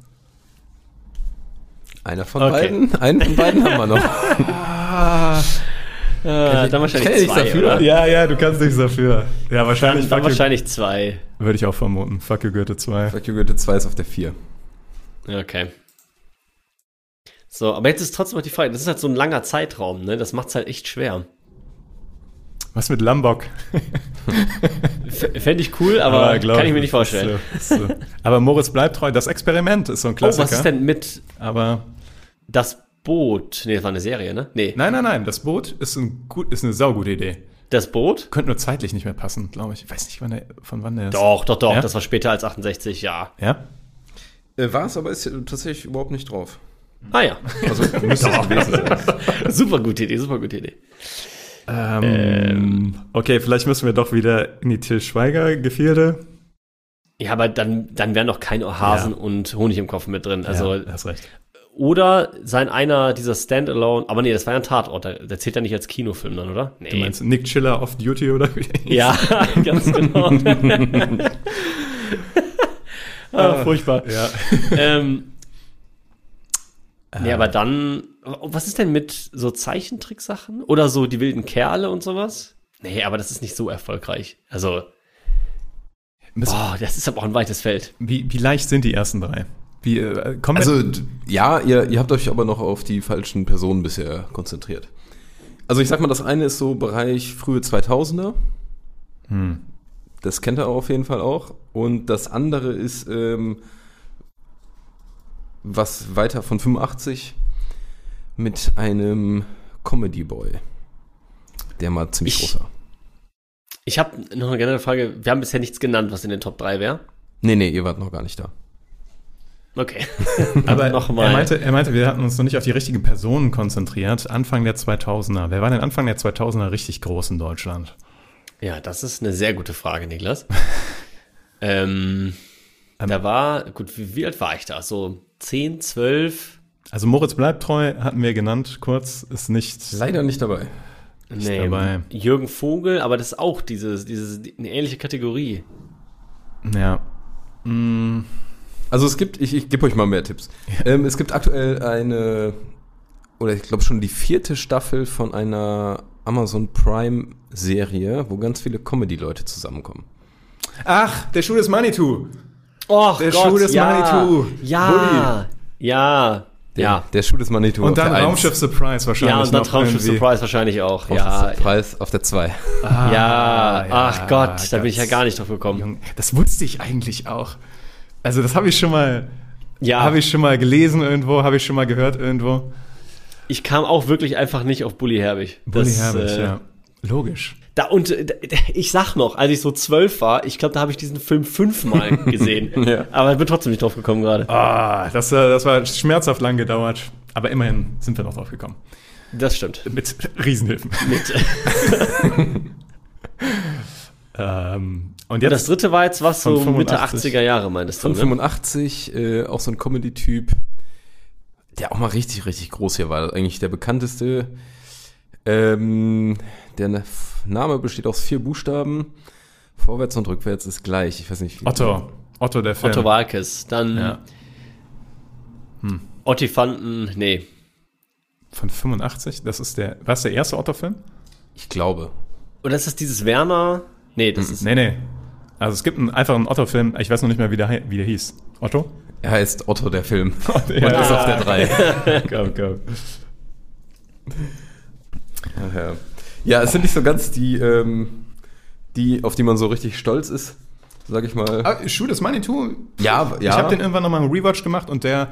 [SPEAKER 5] Einer von
[SPEAKER 6] Okay.
[SPEAKER 5] beiden. Einen von beiden haben wir noch.
[SPEAKER 6] Äh, dann wahrscheinlich
[SPEAKER 5] Kenn ich
[SPEAKER 6] zwei,
[SPEAKER 5] dafür?
[SPEAKER 6] oder?
[SPEAKER 1] Ja, ja, du kannst nichts dafür. Ja,
[SPEAKER 6] Dann,
[SPEAKER 1] wahrscheinlich
[SPEAKER 6] dann
[SPEAKER 1] Fuck You
[SPEAKER 6] wahrscheinlich zwei.
[SPEAKER 1] Würde ich auch vermuten. Fuck You Goethe 2.
[SPEAKER 5] Fuck You Goethe 2 ist auf der 4.
[SPEAKER 6] Okay. So, aber jetzt ist trotzdem noch die Frage, das ist halt so ein langer Zeitraum, ne? Das macht's halt echt schwer.
[SPEAKER 1] Was mit Lambok?
[SPEAKER 6] Fände ich cool, aber
[SPEAKER 1] glaub
[SPEAKER 6] Ah, kann ich mir nicht
[SPEAKER 1] das ist
[SPEAKER 6] vorstellen.
[SPEAKER 1] so- das ist so. Aber Moritz bleibt treu. Das Experiment ist so ein
[SPEAKER 6] Oh,
[SPEAKER 1] Klassiker.
[SPEAKER 6] was ist denn mit
[SPEAKER 1] Aber
[SPEAKER 6] Das Boot? Nee, das war eine Serie, ne? Nee.
[SPEAKER 1] nein, nein, nein. Das Boot ist, ein gut, ist eine saugute Idee.
[SPEAKER 6] Das Boot?
[SPEAKER 1] Könnte nur zeitlich nicht mehr passen, glaube ich. Ich weiß nicht, wann der, von wann der ist.
[SPEAKER 6] Doch, doch, doch.
[SPEAKER 1] Ja?
[SPEAKER 6] Das war später als 68, ja.
[SPEAKER 1] Ja?
[SPEAKER 5] Äh, war es, aber ist tatsächlich überhaupt nicht drauf.
[SPEAKER 6] Ah ja.
[SPEAKER 5] Also müsste es gewesen sein.
[SPEAKER 6] super gute Idee, super gute Idee.
[SPEAKER 1] Ähm, Okay, vielleicht müssen wir doch wieder in die Till Schweiger Gefilde.
[SPEAKER 6] Ja, aber dann, dann wären noch keine Hasen
[SPEAKER 1] Ja.
[SPEAKER 6] und Honig im Kopf mit drin. Also,
[SPEAKER 1] ja, hast recht.
[SPEAKER 6] oder sein einer dieser Standalone, aber nee, das war ja ein Tatort, der, der zählt ja nicht als Kinofilm dann, oder? Nee.
[SPEAKER 1] Du meinst Nick Chiller off Duty oder? wie?
[SPEAKER 6] Ja, ganz genau. ah, furchtbar.
[SPEAKER 1] ja. Ah.
[SPEAKER 6] Ähm, nee, aber dann, was ist denn mit so Zeichentricksachen oder so die wilden Kerle und sowas? Nee, aber das ist nicht so erfolgreich. Also,
[SPEAKER 1] Miss-
[SPEAKER 6] boah, das ist aber auch ein weites Feld.
[SPEAKER 1] Wie, wie leicht sind die ersten drei? Wie äh, kommen
[SPEAKER 5] Also,
[SPEAKER 1] wir?
[SPEAKER 5] d- ja, ihr, ihr habt euch aber noch auf die falschen Personen bisher konzentriert. Also, ich sag mal, das eine ist so Bereich frühe 2000er. Das kennt er auf jeden Fall auch. Und das andere ist, ähm, was weiter von 85 mit einem Comedy Boy. Der mal ziemlich
[SPEAKER 6] Ich-
[SPEAKER 5] groß war.
[SPEAKER 6] Ich habe noch eine generelle Frage. Wir haben bisher nichts genannt, was in den Top 3 wäre.
[SPEAKER 5] Nee, nee, ihr wart noch gar nicht da.
[SPEAKER 6] Okay.
[SPEAKER 1] aber
[SPEAKER 6] noch mal.
[SPEAKER 1] er, meinte, er meinte, wir hatten uns noch nicht auf die richtigen Personen konzentriert. Anfang der 2000er. Wer war denn Anfang der 2000er richtig groß in Deutschland?
[SPEAKER 6] Ja, das ist eine sehr gute Frage, Niklas. ähm, da war, gut, wie, wie alt war ich da? So 10, 12?
[SPEAKER 1] Also Moritz bleibt treu, hatten wir genannt, kurz, ist nicht.
[SPEAKER 5] Leider nicht dabei.
[SPEAKER 6] Nee,
[SPEAKER 1] dabei.
[SPEAKER 6] Jürgen Vogel, aber das ist auch dieses, dieses, eine ähnliche Kategorie.
[SPEAKER 1] Ja. Mm,
[SPEAKER 5] Also es gibt, ich, ich gebe euch mal mehr Tipps. Ähm, es gibt aktuell eine, oder ich glaube schon die vierte Staffel von einer Amazon Prime Serie, wo ganz viele Comedy-Leute zusammenkommen.
[SPEAKER 1] Ach, der Schuh des Manitou.
[SPEAKER 6] Och,
[SPEAKER 1] Der Schuh des Manitou.
[SPEAKER 6] Ja. Ja.
[SPEAKER 5] Der,
[SPEAKER 6] Ja.
[SPEAKER 5] Der Schuh des Manitou. auf
[SPEAKER 1] Und dann
[SPEAKER 5] der Eins.
[SPEAKER 1] Raumschiff Surprise wahrscheinlich.
[SPEAKER 6] Ja, und dann
[SPEAKER 1] noch
[SPEAKER 6] Traumschiff
[SPEAKER 1] irgendwie.
[SPEAKER 6] Surprise wahrscheinlich auch.
[SPEAKER 5] Auf
[SPEAKER 6] Ja.
[SPEAKER 5] der Preis auf der 2.
[SPEAKER 6] Ja.
[SPEAKER 1] ja,
[SPEAKER 6] Ach Gott, da bin ich ja
[SPEAKER 1] ganz
[SPEAKER 6] gar nicht drauf gekommen.
[SPEAKER 1] Junge, das wusste ich eigentlich auch. Also das habe ich schon mal,
[SPEAKER 6] Ja.
[SPEAKER 1] habe ich schon mal gelesen irgendwo, habe ich schon mal gehört irgendwo.
[SPEAKER 6] Ich kam auch wirklich einfach nicht auf Bully Herbig.
[SPEAKER 1] Bully
[SPEAKER 6] Das,
[SPEAKER 1] Herbig,
[SPEAKER 6] äh,
[SPEAKER 1] ja. Logisch.
[SPEAKER 6] Da, und äh, da, ich sag noch, als ich so zwölf war, ich glaube, da habe ich diesen Film fünfmal gesehen.
[SPEAKER 5] Ja.
[SPEAKER 6] Aber ich bin trotzdem nicht drauf gekommen gerade.
[SPEAKER 1] Ah, das, äh, das war schmerzhaft lang gedauert, aber immerhin sind wir noch drauf gekommen.
[SPEAKER 6] Das stimmt.
[SPEAKER 1] Mit Riesenhilfen.
[SPEAKER 6] Mit,
[SPEAKER 1] ähm, und
[SPEAKER 6] das
[SPEAKER 1] jetzt,
[SPEAKER 6] dritte war jetzt was so
[SPEAKER 1] Von
[SPEAKER 6] Mitte
[SPEAKER 1] 85.
[SPEAKER 6] 80er Jahre, meintest du.
[SPEAKER 5] Von
[SPEAKER 6] Ne?
[SPEAKER 5] 85, äh, auch so ein Comedy-Typ, der auch mal richtig, richtig groß hier war. Eigentlich der bekannteste. Ähm, der Na- Name besteht aus vier Buchstaben. Vorwärts und rückwärts ist gleich. Ich weiß nicht, wie.
[SPEAKER 1] Otto. Otto der Film.
[SPEAKER 6] Otto Walkes, dann
[SPEAKER 1] ja,
[SPEAKER 6] Ottifanten, nee.
[SPEAKER 1] von 85, das ist der, war es der erste Otto-Film?
[SPEAKER 5] Ich glaube.
[SPEAKER 6] Oder ist das dieses Werner? Nee, das ist.
[SPEAKER 1] Nee, nee. Also es gibt einen einfachen Otto-Film, ich weiß noch nicht mehr, wie der, hei- wie der hieß. Otto?
[SPEAKER 5] Er heißt Otto, der Film.
[SPEAKER 1] Otto
[SPEAKER 5] Und ist auf der 3.
[SPEAKER 1] komm, komm.
[SPEAKER 5] ja, es sind nicht so ganz die, ähm, die, auf die man so richtig stolz ist, sag ich mal.
[SPEAKER 1] Ah, Schuh des Manitou.
[SPEAKER 5] Ja,
[SPEAKER 1] Ich
[SPEAKER 5] ja.
[SPEAKER 1] habe den irgendwann nochmal im Rewatch gemacht und der,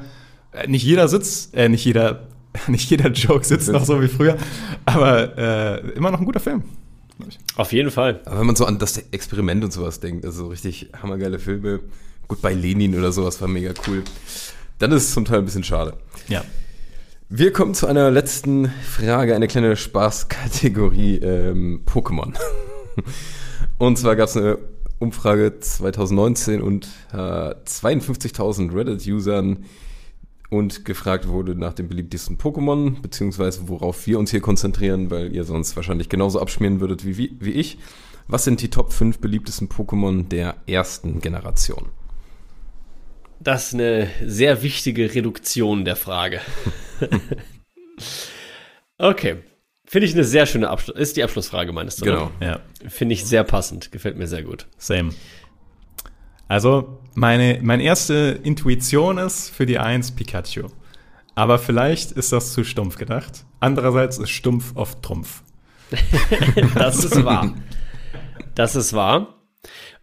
[SPEAKER 1] äh, nicht jeder sitzt, äh, nicht jeder, nicht jeder Joke sitzt noch so wie früher, aber äh, immer noch ein guter Film.
[SPEAKER 6] Auf jeden Fall.
[SPEAKER 5] Aber wenn man so an das Experiment und sowas denkt, also so richtig hammergeile Filme, gut bei Lenin oder sowas war mega cool, dann ist es zum Teil ein bisschen schade.
[SPEAKER 1] Ja.
[SPEAKER 5] Wir kommen zu einer letzten Frage, eine kleine Spaßkategorie ähm, Pokémon. Und zwar gab es eine Umfrage 2019 und äh, 52.000 Reddit-Usern und gefragt wurde nach dem beliebtesten Pokémon, beziehungsweise worauf wir uns hier konzentrieren, weil ihr sonst wahrscheinlich genauso abschmieren würdet wie, wie, wie ich. Was sind die Top 5 beliebtesten Pokémon der ersten Generation?
[SPEAKER 6] Das ist eine sehr wichtige Reduktion der Frage. okay. Finde ich eine sehr schöne Abschluss. Ist die Abschlussfrage, meinst du?
[SPEAKER 5] Genau.
[SPEAKER 1] Ja,
[SPEAKER 6] Ne? Finde ich sehr passend. Gefällt mir sehr gut.
[SPEAKER 1] same. Also, meine, meine erste Intuition ist für die Eins Pikachu. Aber vielleicht ist das zu stumpf gedacht. Andererseits ist stumpf oft Trumpf.
[SPEAKER 6] Das ist wahr. Das ist wahr.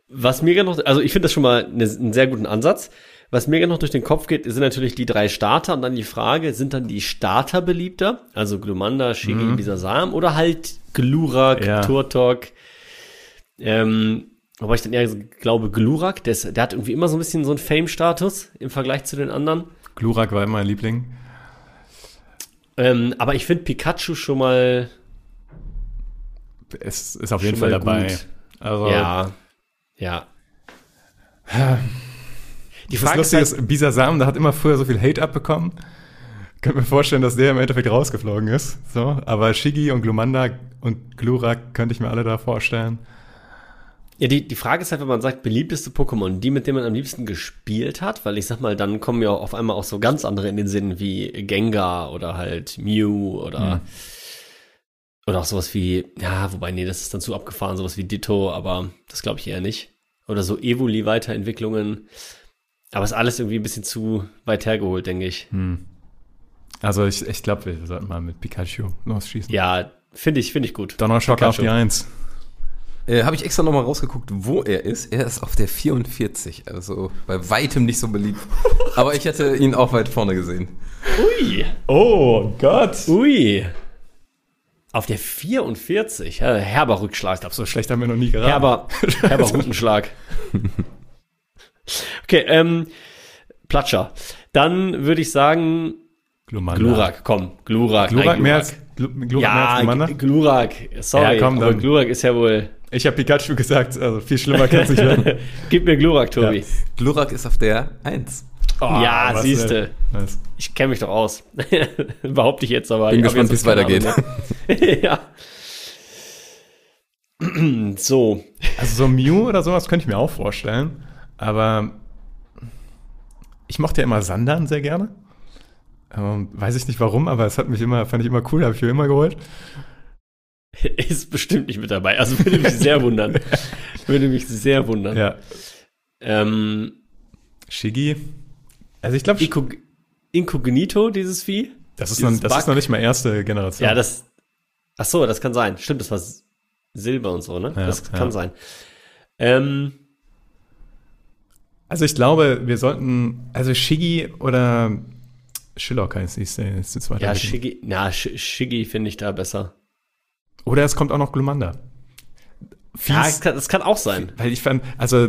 [SPEAKER 6] Was mir gerade noch, also ich finde das schon mal eine, einen sehr guten Ansatz. Was mir gerade noch durch den Kopf geht, sind natürlich die drei Starter und dann die Frage, sind dann die Starter beliebter? Also Glumanda, Shigi, Bisasam oder halt Glurak,
[SPEAKER 1] Ja.
[SPEAKER 6] Turtok. Ähm, wobei ich dann eher so glaube, Glurak, der, ist, der hat irgendwie immer so ein bisschen so einen Fame-Status im Vergleich zu den anderen.
[SPEAKER 1] Glurak war immer mein Liebling.
[SPEAKER 6] Ähm, aber ich finde Pikachu schon mal,
[SPEAKER 1] Es ist auf jeden
[SPEAKER 6] Schon
[SPEAKER 1] Fall
[SPEAKER 6] mal
[SPEAKER 1] dabei.
[SPEAKER 6] gut.
[SPEAKER 1] Also,
[SPEAKER 6] ja, ja. Die halt-
[SPEAKER 1] Das Lustige ist, Bisa Sam, der hat immer früher so viel Hate abbekommen. Könnte mir vorstellen, dass der im Endeffekt rausgeflogen ist. So, aber Shigi und Glumanda und Glurak könnte ich mir alle da vorstellen.
[SPEAKER 6] Ja, die, die Frage ist halt, wenn man sagt, beliebteste Pokémon, die, mit denen man am liebsten gespielt hat, weil ich sag mal, dann kommen ja auf einmal auch so ganz andere in den Sinn wie Gengar oder halt Mew oder, oder auch sowas wie, ja, wobei, nee, das ist dann zu abgefahren, sowas wie Ditto, aber das glaube ich eher nicht. Oder so Evoli-Weiterentwicklungen. Aber ist alles irgendwie ein bisschen zu weit hergeholt, denke ich.
[SPEAKER 1] Also ich, ich glaube, wir sollten mal mit Pikachu losschießen.
[SPEAKER 6] Ja, finde ich, finde ich gut.
[SPEAKER 1] Donnerschocker auf die Eins.
[SPEAKER 5] Äh, Habe ich extra nochmal rausgeguckt, wo er ist. Er ist auf der 44, also bei weitem nicht so beliebt. Aber ich hätte ihn auch weit vorne gesehen.
[SPEAKER 6] Ui!
[SPEAKER 1] Oh Gott.
[SPEAKER 6] Ui! Auf der 44, ja, herber Rückschlag.
[SPEAKER 1] So schlecht haben wir noch nie geraten.
[SPEAKER 6] Herber, herber Rutenschlag. Okay, ähm, Platscher. Dann würde ich sagen,
[SPEAKER 1] Glumanda.
[SPEAKER 6] Glurak, komm, Glurak.
[SPEAKER 1] Glurak
[SPEAKER 6] ein
[SPEAKER 1] mehr als, Glu- Glurak mehr als
[SPEAKER 6] ja,
[SPEAKER 1] Glumanda?
[SPEAKER 6] G- Glurak, sorry,
[SPEAKER 1] ne? Ja, komm,
[SPEAKER 6] aber
[SPEAKER 1] dann.
[SPEAKER 6] Glurak ist ja wohl,
[SPEAKER 1] Ich habe Pikachu gesagt, also viel schlimmer kann es nicht werden.
[SPEAKER 6] gib mir Glurak, Tobi.
[SPEAKER 5] Glurak ist auf der 1.
[SPEAKER 1] Oh,
[SPEAKER 6] Ja,
[SPEAKER 1] was
[SPEAKER 6] siehste.
[SPEAKER 1] denn? Nice.
[SPEAKER 6] Ich kenne mich doch aus. Behaupte ich jetzt aber.
[SPEAKER 5] Bin
[SPEAKER 6] ich hab
[SPEAKER 5] gespannt, wie
[SPEAKER 6] jetzt
[SPEAKER 5] es weitergeht.
[SPEAKER 6] keine Ahnung, ne? ja. so,
[SPEAKER 1] Also so Mew oder sowas könnte ich mir auch vorstellen. Aber ich mochte ja immer Sandern sehr gerne. Ähm, weiß ich nicht warum, aber es hat mich immer, fand ich immer cool, habe ich mir immer geholt.
[SPEAKER 6] Ist bestimmt nicht mit dabei. Also würde mich sehr wundern. Würde mich sehr wundern.
[SPEAKER 1] Ja.
[SPEAKER 6] Ähm,
[SPEAKER 1] Shiggy. Also ich glaube,
[SPEAKER 6] Incog Incognito, dieses Vieh.
[SPEAKER 1] das, ist noch,
[SPEAKER 6] dieses
[SPEAKER 1] das ist
[SPEAKER 6] Bug.
[SPEAKER 1] noch nicht mal erste Generation.
[SPEAKER 6] Ja, das. Ach so, das kann sein. Stimmt, das war S- Silber und so, ne?
[SPEAKER 1] Ja,
[SPEAKER 6] das
[SPEAKER 1] ja.
[SPEAKER 6] kann sein. Ähm,
[SPEAKER 1] also ich glaube, wir sollten, also Shiggy oder Schillock heißt die, ist der- ist die zweite.
[SPEAKER 6] ja,
[SPEAKER 1] Version.
[SPEAKER 6] Shiggy. Na, Sh Shiggy finde ich da besser.
[SPEAKER 1] Oder es kommt auch noch Glumanda. Fies,
[SPEAKER 6] Ja, das kann, das kann auch sein.
[SPEAKER 1] weil ich fand, also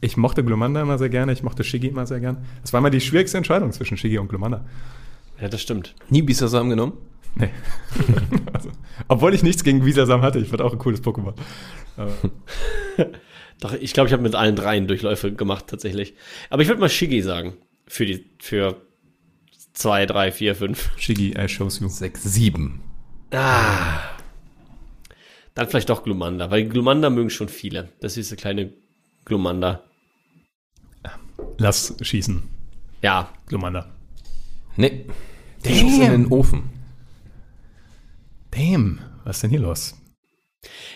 [SPEAKER 1] ich mochte Glumanda immer sehr gerne, ich mochte Shiggy immer sehr gerne. Das war immer die schwierigste Entscheidung zwischen Shiggy und Glumanda.
[SPEAKER 6] Ja, das stimmt.
[SPEAKER 5] Nie Bisasam genommen?
[SPEAKER 1] Nee. also, obwohl ich nichts gegen Visasam hatte, ich fand auch ein cooles Pokémon.
[SPEAKER 6] Doch, ich glaube, ich habe mit allen dreien Durchläufe gemacht, tatsächlich. Aber ich würde mal Shiggy sagen. Für die, für zwei, drei, vier, fünf.
[SPEAKER 1] Shiggy, I shows you.
[SPEAKER 5] Sechs, sieben.
[SPEAKER 6] Dann vielleicht doch Glumanda, weil Glumanda mögen schon viele. Das ist diese kleine Glumanda.
[SPEAKER 1] Lass schießen,
[SPEAKER 6] Ja,
[SPEAKER 1] Glumanda.
[SPEAKER 5] Nee. Der schoss in den Ofen.
[SPEAKER 1] Damn, was ist denn hier los?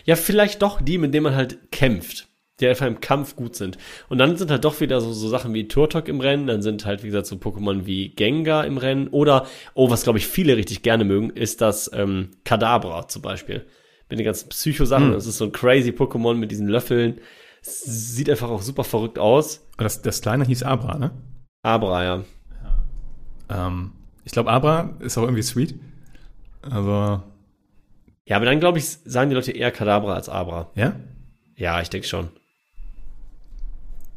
[SPEAKER 6] Ja, vielleicht doch die, mit denen man halt kämpft, die einfach im Kampf gut sind. Und dann sind halt doch wieder so, so Sachen wie Turtok im Rennen, dann sind halt, wie gesagt, so Pokémon wie Gengar im Rennen oder, oh, was glaube ich viele richtig gerne mögen, ist das ähm, Kadabra zum Beispiel. Mit den ganzen Psycho-Sachen. Das ist so ein crazy Pokémon mit diesen Löffeln. S- Sieht einfach auch super verrückt aus.
[SPEAKER 1] Und Oh, Das, das kleine hieß Abra, ne?
[SPEAKER 6] Abra, ja.
[SPEAKER 1] Ähm, ich glaube, Abra ist auch irgendwie sweet. Also,
[SPEAKER 6] Ja, aber dann glaube ich, sagen die Leute eher Kadabra als Abra.
[SPEAKER 1] ja?
[SPEAKER 6] Ja, ich denke schon.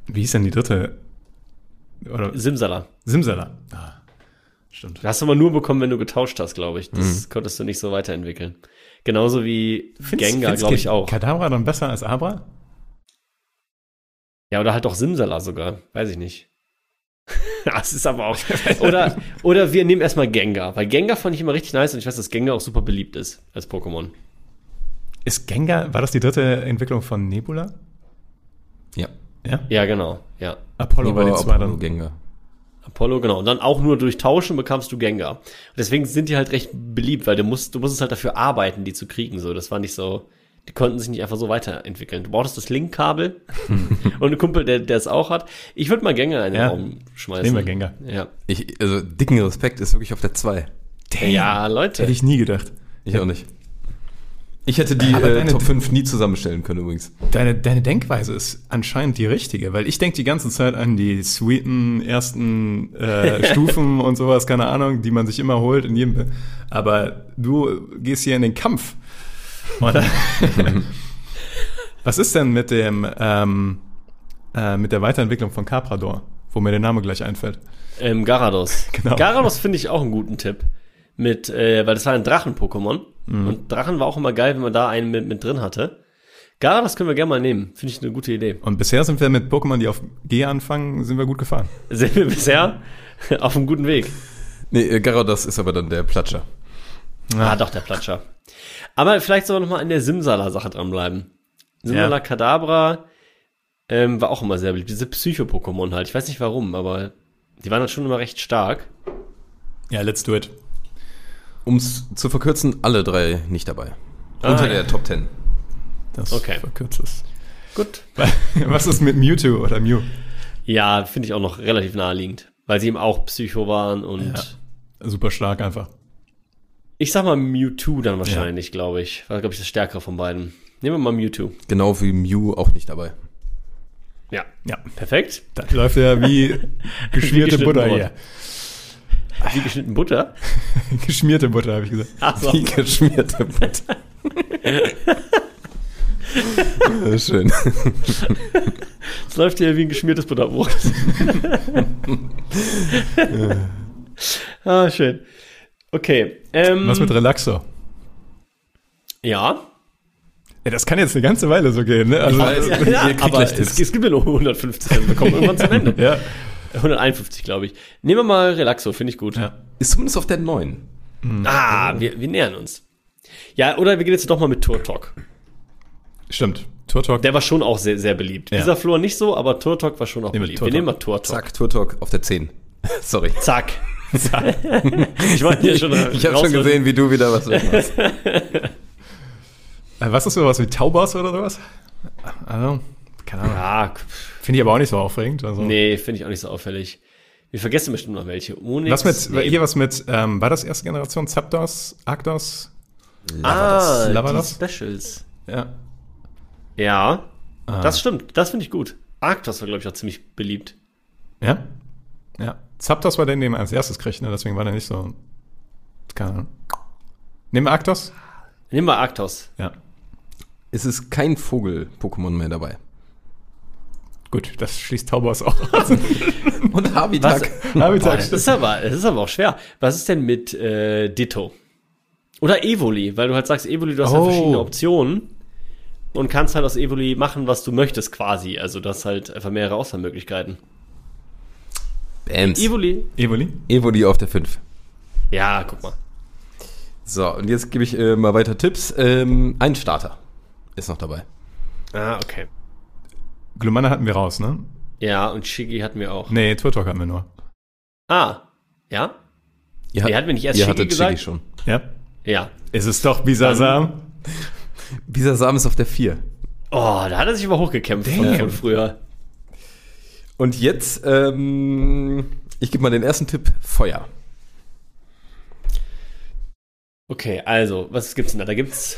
[SPEAKER 1] Wie hieß denn die dritte? Oder
[SPEAKER 6] Simsala.
[SPEAKER 1] Simsala. Ah, stimmt.
[SPEAKER 6] Das hast du aber nur bekommen, wenn du getauscht hast, glaube ich. Das konntest du nicht so weiterentwickeln. Genauso wie Gengar, glaube ich, auch.
[SPEAKER 1] Kadabra dann besser als Abra?
[SPEAKER 6] Ja, oder halt auch Simsala sogar. Weiß ich nicht. das ist aber auch. Oder, oder wir nehmen erstmal Gengar, weil Gengar fand ich immer richtig nice und ich weiß, dass Gengar auch super beliebt ist als Pokémon.
[SPEAKER 1] Ist Gengar, war das die dritte Entwicklung von Nebula?
[SPEAKER 5] Ja.
[SPEAKER 1] Ja.
[SPEAKER 6] Ja, genau. Ja.
[SPEAKER 1] Apollo war die zweite.
[SPEAKER 5] Gänger.
[SPEAKER 6] Apollo, genau. Und dann auch nur durch Tauschen bekamst du Gengar. Und deswegen sind die halt recht beliebt, weil du musst, du musstest halt dafür arbeiten, die zu kriegen. So, das war nicht so, die konnten sich nicht einfach so weiterentwickeln. Du brauchtest das Link-Kabel und ein Kumpel, der, der es auch hat. Ich würde mal Gengar in den
[SPEAKER 1] Ja.
[SPEAKER 6] Raum schmeißen.
[SPEAKER 1] Nehmen wir Gengar.
[SPEAKER 6] Ja.
[SPEAKER 5] Ich, also, dicken Respekt ist wirklich auf der 2.
[SPEAKER 6] ja, Leute.
[SPEAKER 1] Hätte ich nie gedacht.
[SPEAKER 5] Ich auch nicht. Ich hätte die
[SPEAKER 1] Aber
[SPEAKER 5] äh,
[SPEAKER 1] deine-
[SPEAKER 5] Top 5 nie zusammenstellen können übrigens.
[SPEAKER 1] Deine, deine Denkweise ist anscheinend die richtige, weil ich denke die ganze Zeit an die sweeten ersten äh, Stufen und sowas, keine Ahnung, die man sich immer holt in jedem. Aber du gehst hier in den Kampf. Oder? Was ist denn mit dem ähm, äh, mit der Weiterentwicklung von Caprador, wo mir der Name gleich einfällt?
[SPEAKER 6] Ähm, Garados.
[SPEAKER 1] Genau.
[SPEAKER 6] Garados finde ich auch einen guten Tipp. Mit, äh, weil das war ein Drachen-Pokémon.
[SPEAKER 1] Mhm.
[SPEAKER 6] Und Drachen war auch immer geil, wenn man da einen mit, mit drin hatte. Garados können wir gerne mal nehmen. Finde ich eine gute Idee.
[SPEAKER 1] Und bisher sind wir mit Pokémon, die auf G anfangen, sind wir gut gefahren.
[SPEAKER 6] sind wir bisher auf einem guten Weg.
[SPEAKER 5] Nee, äh, Garados ist aber dann der Platscher.
[SPEAKER 6] Ah, doch, der Platscher. Aber vielleicht soll man noch mal an der Simsala-Sache dranbleiben. Simsala
[SPEAKER 1] Ja.
[SPEAKER 6] Kadabra ähm, war auch immer sehr beliebt. Diese Psycho-Pokémon halt. Ich weiß nicht warum, aber die waren halt schon immer recht stark.
[SPEAKER 1] Ja, let's do it.
[SPEAKER 5] Um es zu verkürzen, alle drei nicht dabei.
[SPEAKER 6] Ah,
[SPEAKER 5] Unter
[SPEAKER 6] ja.
[SPEAKER 5] der Top 10.
[SPEAKER 1] Das
[SPEAKER 6] Okay.
[SPEAKER 1] verkürzt es.
[SPEAKER 6] Gut.
[SPEAKER 1] Was ist mit Mewtwo oder Mew?
[SPEAKER 6] Ja, finde ich auch noch relativ naheliegend. Weil sie eben auch Psycho waren und
[SPEAKER 1] Ja. Super stark einfach.
[SPEAKER 6] ich sag mal Mewtwo dann wahrscheinlich, glaube ich. War, glaube ich, das Stärkere von beiden. Nehmen wir mal Mewtwo.
[SPEAKER 5] Genau wie Mew auch nicht dabei.
[SPEAKER 6] Ja.
[SPEAKER 1] Ja.
[SPEAKER 6] Perfekt.
[SPEAKER 1] Das läuft ja wie geschmierte
[SPEAKER 6] geschnitten
[SPEAKER 1] Butter
[SPEAKER 6] Brot.
[SPEAKER 1] hier.
[SPEAKER 6] Wie geschnitten Butter.
[SPEAKER 1] Geschmierte Butter, habe ich gesagt.
[SPEAKER 6] Ach so.
[SPEAKER 5] Die geschmierte Butter. Ja, Schön.
[SPEAKER 6] Es läuft hier wie ein geschmiertes Butterbrot. ah, schön. Okay. Ähm,
[SPEAKER 1] Was mit Relaxo?
[SPEAKER 6] Ja.
[SPEAKER 1] Ey, das kann jetzt eine ganze Weile so gehen, ne? Also,
[SPEAKER 5] weiß.
[SPEAKER 6] ja,
[SPEAKER 5] ihr
[SPEAKER 6] ja
[SPEAKER 5] kriegt
[SPEAKER 6] aber
[SPEAKER 5] gleich
[SPEAKER 6] es,
[SPEAKER 5] Tipps.
[SPEAKER 6] es gibt ja nur 150, dann wir kommen irgendwann zum Ende.
[SPEAKER 1] ja.
[SPEAKER 6] 151, glaube ich. Nehmen wir mal Relaxo, finde ich gut.
[SPEAKER 1] Ja.
[SPEAKER 5] Ist zumindest auf der 9.
[SPEAKER 6] Ah, wir, wir nähern uns. Ja, oder wir gehen jetzt doch mal mit Turtok.
[SPEAKER 1] Stimmt. Turtok.
[SPEAKER 6] Der war schon auch sehr, sehr beliebt.
[SPEAKER 1] Ja.
[SPEAKER 6] Dieser Flor nicht so, aber Turtok war schon auch
[SPEAKER 1] Nehmen wir
[SPEAKER 6] beliebt.
[SPEAKER 1] Turtok.
[SPEAKER 6] Wir nehmen mal Turtok.
[SPEAKER 5] Zack, Turtok auf der 10. Sorry.
[SPEAKER 6] Zack. ich war hier schon
[SPEAKER 5] Ich habe schon gesehen, wie du wieder was wegmachst.
[SPEAKER 1] Äh, was ist sowas wie Taubos oder sowas? Also, keine Ahnung.
[SPEAKER 6] Ja,
[SPEAKER 1] Finde ich aber auch nicht so aufregend. Also.
[SPEAKER 6] nee, finde ich auch nicht so auffällig. Wir vergessen bestimmt noch welche. Unix,
[SPEAKER 1] Was mit,
[SPEAKER 6] nee.
[SPEAKER 1] hier was mit, ähm, war das erste Generation Zapdos, Arctos?
[SPEAKER 6] ah,
[SPEAKER 1] Lavados?
[SPEAKER 6] die Specials.
[SPEAKER 1] Ja.
[SPEAKER 6] Ja, das stimmt. Das finde ich gut. Arctos war, glaube ich, auch ziemlich beliebt.
[SPEAKER 1] Ja? Ja. Zapdos war der, den man als erstes kriegt, ne? deswegen war der nicht so. Keine Ahnung. Nehmen wir Arctos?
[SPEAKER 6] Nehmen wir Arctos.
[SPEAKER 1] Ja.
[SPEAKER 5] Es ist kein Vogel-Pokémon mehr dabei.
[SPEAKER 1] Gut, das schließt Taubos auch aus.
[SPEAKER 5] Und Habitat.
[SPEAKER 6] Boah,
[SPEAKER 1] Habitat,
[SPEAKER 6] das, ist aber, das ist aber auch schwer. Was ist denn mit äh, Ditto? Oder Evoli, weil du halt sagst, Evoli, du hast
[SPEAKER 1] Oh.
[SPEAKER 6] halt verschiedene Optionen und kannst halt aus Evoli machen, was du möchtest quasi. Also das halt einfach mehrere Auswahlmöglichkeiten.
[SPEAKER 5] Bams.
[SPEAKER 6] Evoli?
[SPEAKER 1] Evoli?
[SPEAKER 5] Evoli auf der 5.
[SPEAKER 6] Ja, guck mal.
[SPEAKER 5] So, und jetzt gebe ich äh, mal weiter Tipps. Ähm, ein Starter ist noch dabei.
[SPEAKER 6] Ah, okay.
[SPEAKER 1] Glumana hatten wir raus, ne?
[SPEAKER 6] Ja, und Shiggy hatten wir auch.
[SPEAKER 1] Nee, Turtok hatten wir nur.
[SPEAKER 6] Ah, ja?
[SPEAKER 5] Ihr,
[SPEAKER 6] Nee, hatten wir nicht erst
[SPEAKER 5] ihr
[SPEAKER 6] Shiggy
[SPEAKER 5] hattet
[SPEAKER 6] gesagt?
[SPEAKER 5] Shiggy schon.
[SPEAKER 1] Ja.
[SPEAKER 6] Ja.
[SPEAKER 1] Ist es doch Bisasam?
[SPEAKER 5] Dieser Samen ist auf der 4.
[SPEAKER 6] Oh, da hat er sich aber hochgekämpft von, von früher.
[SPEAKER 5] Und jetzt, ähm, ich gebe mal den ersten Tipp: Feuer.
[SPEAKER 6] Okay, also, was gibt's denn da? Da gibt's.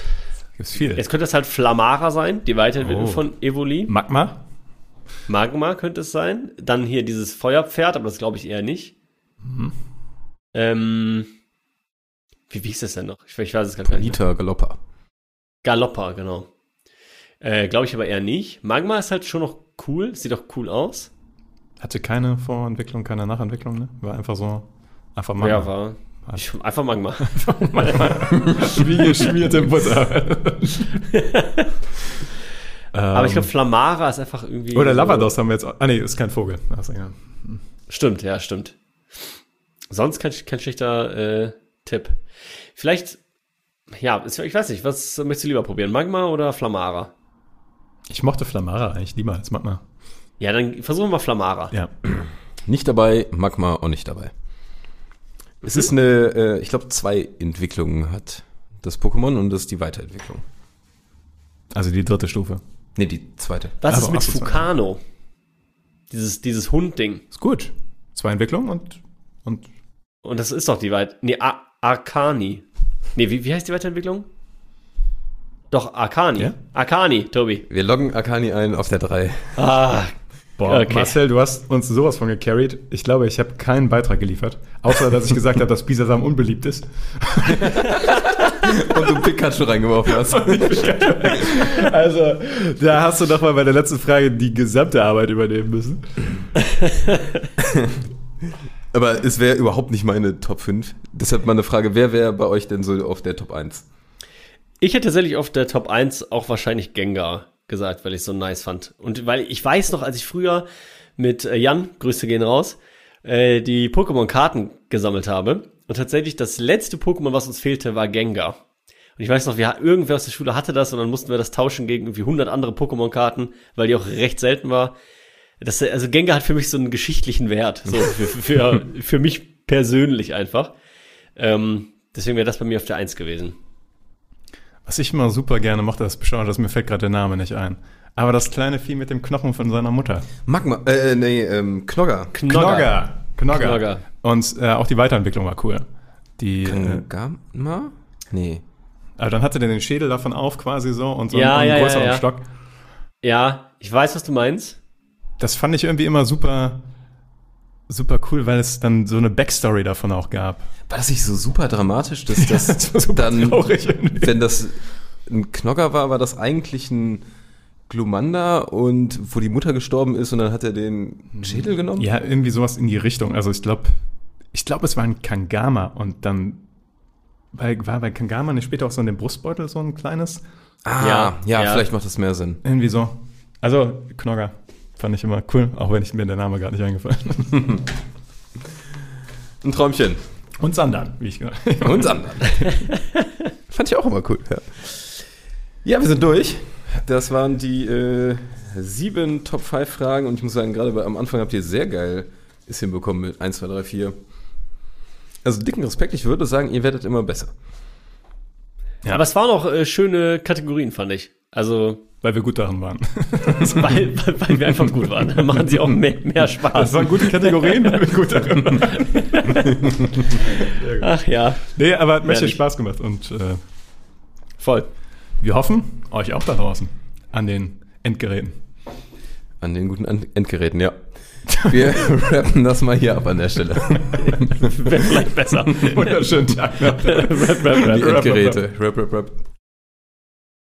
[SPEAKER 1] Gibt's viel.
[SPEAKER 6] Jetzt könnte es halt Flamara sein, die Weiterentwicklung
[SPEAKER 1] Oh.
[SPEAKER 6] von Evoli.
[SPEAKER 1] Magma?
[SPEAKER 6] Magma könnte es sein. Dann hier dieses Feuerpferd, aber das glaube ich eher nicht.
[SPEAKER 1] Mhm.
[SPEAKER 6] Ähm, wie, wie hieß das denn noch? Ich, ich weiß es gar nicht. mehr.
[SPEAKER 5] Liter Galoppa.
[SPEAKER 6] Galoppa, genau. Äh, glaube ich aber eher nicht. Magma ist halt schon noch cool. Sieht doch cool aus.
[SPEAKER 1] Hatte keine Vorentwicklung, keine Nachentwicklung, ne? War einfach so. Einfach Magma.
[SPEAKER 6] Ja, war. Ich, einfach Magma.
[SPEAKER 1] Wie geschmierte Butter.
[SPEAKER 6] aber ich glaube, Flamara ist einfach irgendwie.
[SPEAKER 1] Ähm. Oder
[SPEAKER 6] so-
[SPEAKER 1] Lavados haben wir jetzt. auch- Ah, nee, ist kein Vogel. Ach, so, ja.
[SPEAKER 6] Stimmt, ja, stimmt. Sonst kein, kein schlechter äh, Tipp. Vielleicht, ja, es- ich weiß nicht, was möchtest du lieber probieren? Magma oder Flamara?
[SPEAKER 1] Ich mochte Flamara eigentlich lieber als Magma.
[SPEAKER 6] Ja, dann versuchen wir Flamara.
[SPEAKER 1] Ja.
[SPEAKER 5] Nicht dabei, Magma auch nicht dabei. Es ist eine, äh, ich glaube, zwei Entwicklungen hat das Pokémon und das ist die Weiterentwicklung.
[SPEAKER 1] Also die dritte Stufe.
[SPEAKER 5] Ne, die zweite.
[SPEAKER 6] Was
[SPEAKER 1] Aber
[SPEAKER 6] ist mit
[SPEAKER 1] auch so zwei.
[SPEAKER 6] Fukano? Dieses, dieses Hundding.
[SPEAKER 1] Ist gut. Zwei Entwicklungen und. und
[SPEAKER 6] Und das ist doch die weit. Nee, Ar Arcani. Nee, wie, wie heißt die Weiterentwicklung? Doch, Arcani.
[SPEAKER 1] Ja?
[SPEAKER 6] Arcani, Tobi.
[SPEAKER 5] Wir loggen Akani ein auf der 3.
[SPEAKER 6] Ah,
[SPEAKER 1] boah,
[SPEAKER 6] Okay.
[SPEAKER 1] Marcel, du hast uns sowas von gecarried. Ich glaube, ich habe keinen Beitrag geliefert. Außer, dass ich gesagt habe, dass Bisasam unbeliebt ist.
[SPEAKER 5] Und du Pikachu reingeworfen hast.
[SPEAKER 1] Also, da hast du doch mal bei der letzten Frage die gesamte Arbeit übernehmen müssen.
[SPEAKER 5] Aber es wäre überhaupt nicht meine Top 5. Deshalb meine Frage, wer wäre bei euch denn so auf der Top 1?
[SPEAKER 6] Ich hätte tatsächlich auf der Top 1 auch wahrscheinlich Gengar gesagt, weil ich es so nice fand. Und weil ich weiß noch, als ich früher mit äh, Jan, Grüße gehen raus, äh, die Pokémon-Karten gesammelt habe. Und tatsächlich das letzte Pokémon, was uns fehlte, war Gengar. Und ich weiß noch, wir, ha- irgendwer aus der Schule hatte das und dann mussten wir das tauschen gegen irgendwie 100 andere Pokémon-Karten, weil die auch recht selten war. Das, also Gengar hat für mich so einen geschichtlichen Wert. So für, für, für mich persönlich einfach. Ähm, deswegen wäre das bei mir auf der 1 gewesen.
[SPEAKER 1] Was ich immer super gerne mochte, das Beschauer, das mir fällt gerade der Name nicht ein. Aber das kleine Vieh mit dem Knochen von seiner Mutter.
[SPEAKER 5] Magma, äh, nee, ähm, Knogger.
[SPEAKER 1] Knogger. Knogger.
[SPEAKER 6] Knogger.
[SPEAKER 1] Und äh, auch die Weiterentwicklung war cool. Die, äh,
[SPEAKER 5] Knogama? Nee.
[SPEAKER 1] aber dann hatte der den Schädel davon auf quasi so und so
[SPEAKER 6] Ja,
[SPEAKER 1] einen,
[SPEAKER 6] ja, ja,
[SPEAKER 1] größeren
[SPEAKER 6] ja.
[SPEAKER 1] Stock.
[SPEAKER 6] Ja, ich weiß, was du meinst.
[SPEAKER 1] Das fand ich irgendwie immer super, super cool, weil es dann so eine Backstory davon auch gab.
[SPEAKER 5] War das nicht so super dramatisch, dass das,
[SPEAKER 1] das war super
[SPEAKER 5] dann,
[SPEAKER 1] traurig irgendwie.
[SPEAKER 5] wenn das ein Knogger war, war das eigentlich ein Glumanda und wo die Mutter gestorben ist und dann hat er den Schädel genommen?
[SPEAKER 1] Ja, irgendwie sowas in die Richtung. Also ich glaube, ich glaube, es war ein Kangama und dann weil, war bei Kangama nicht später auch so in dem Brustbeutel so ein kleines
[SPEAKER 5] Ah,
[SPEAKER 6] Ja,
[SPEAKER 5] ja,
[SPEAKER 6] ja.
[SPEAKER 5] vielleicht macht das mehr Sinn.
[SPEAKER 1] irgendwie so. Also Knogger fand ich immer cool, auch wenn ich mir der Name gerade nicht eingefallen. ist.
[SPEAKER 5] Ein Träumchen.
[SPEAKER 1] Und Sandan, wie ich gesagt.
[SPEAKER 5] Und anderen. Fand ich auch immer cool, ja. Ja, wir sind durch. Das waren die äh, sieben Top 5 Fragen und ich muss sagen, gerade bei- am Anfang habt ihr sehr geil es hinbekommen mit 1, 2, 3, 4. Also dicken Respekt, ich würde sagen, ihr werdet immer besser.
[SPEAKER 1] Ja.
[SPEAKER 6] Aber es waren auch äh, schöne Kategorien, fand ich. Also,
[SPEAKER 1] Weil wir gut darin waren.
[SPEAKER 6] weil, weil, weil wir einfach gut waren. Dann machen sie auch mehr, mehr
[SPEAKER 1] Das
[SPEAKER 6] Spaß.
[SPEAKER 1] waren gute Kategorien, weil wir gut darin waren.
[SPEAKER 6] Ach ja,
[SPEAKER 1] Nee, aber hat mir echt
[SPEAKER 6] Ehrlich.
[SPEAKER 1] Spaß gemacht und äh,
[SPEAKER 6] voll.
[SPEAKER 1] wir hoffen, euch auch da draußen an den Endgeräten.
[SPEAKER 5] An den guten An Endgeräten, ja. Wir rappen das mal hier ab an der Stelle.
[SPEAKER 6] Wäre vielleicht besser.
[SPEAKER 1] Wunderschönen Tag.
[SPEAKER 6] Rap, rap,
[SPEAKER 5] Die
[SPEAKER 6] rap.
[SPEAKER 5] Endgeräte. Rap, rap, rap.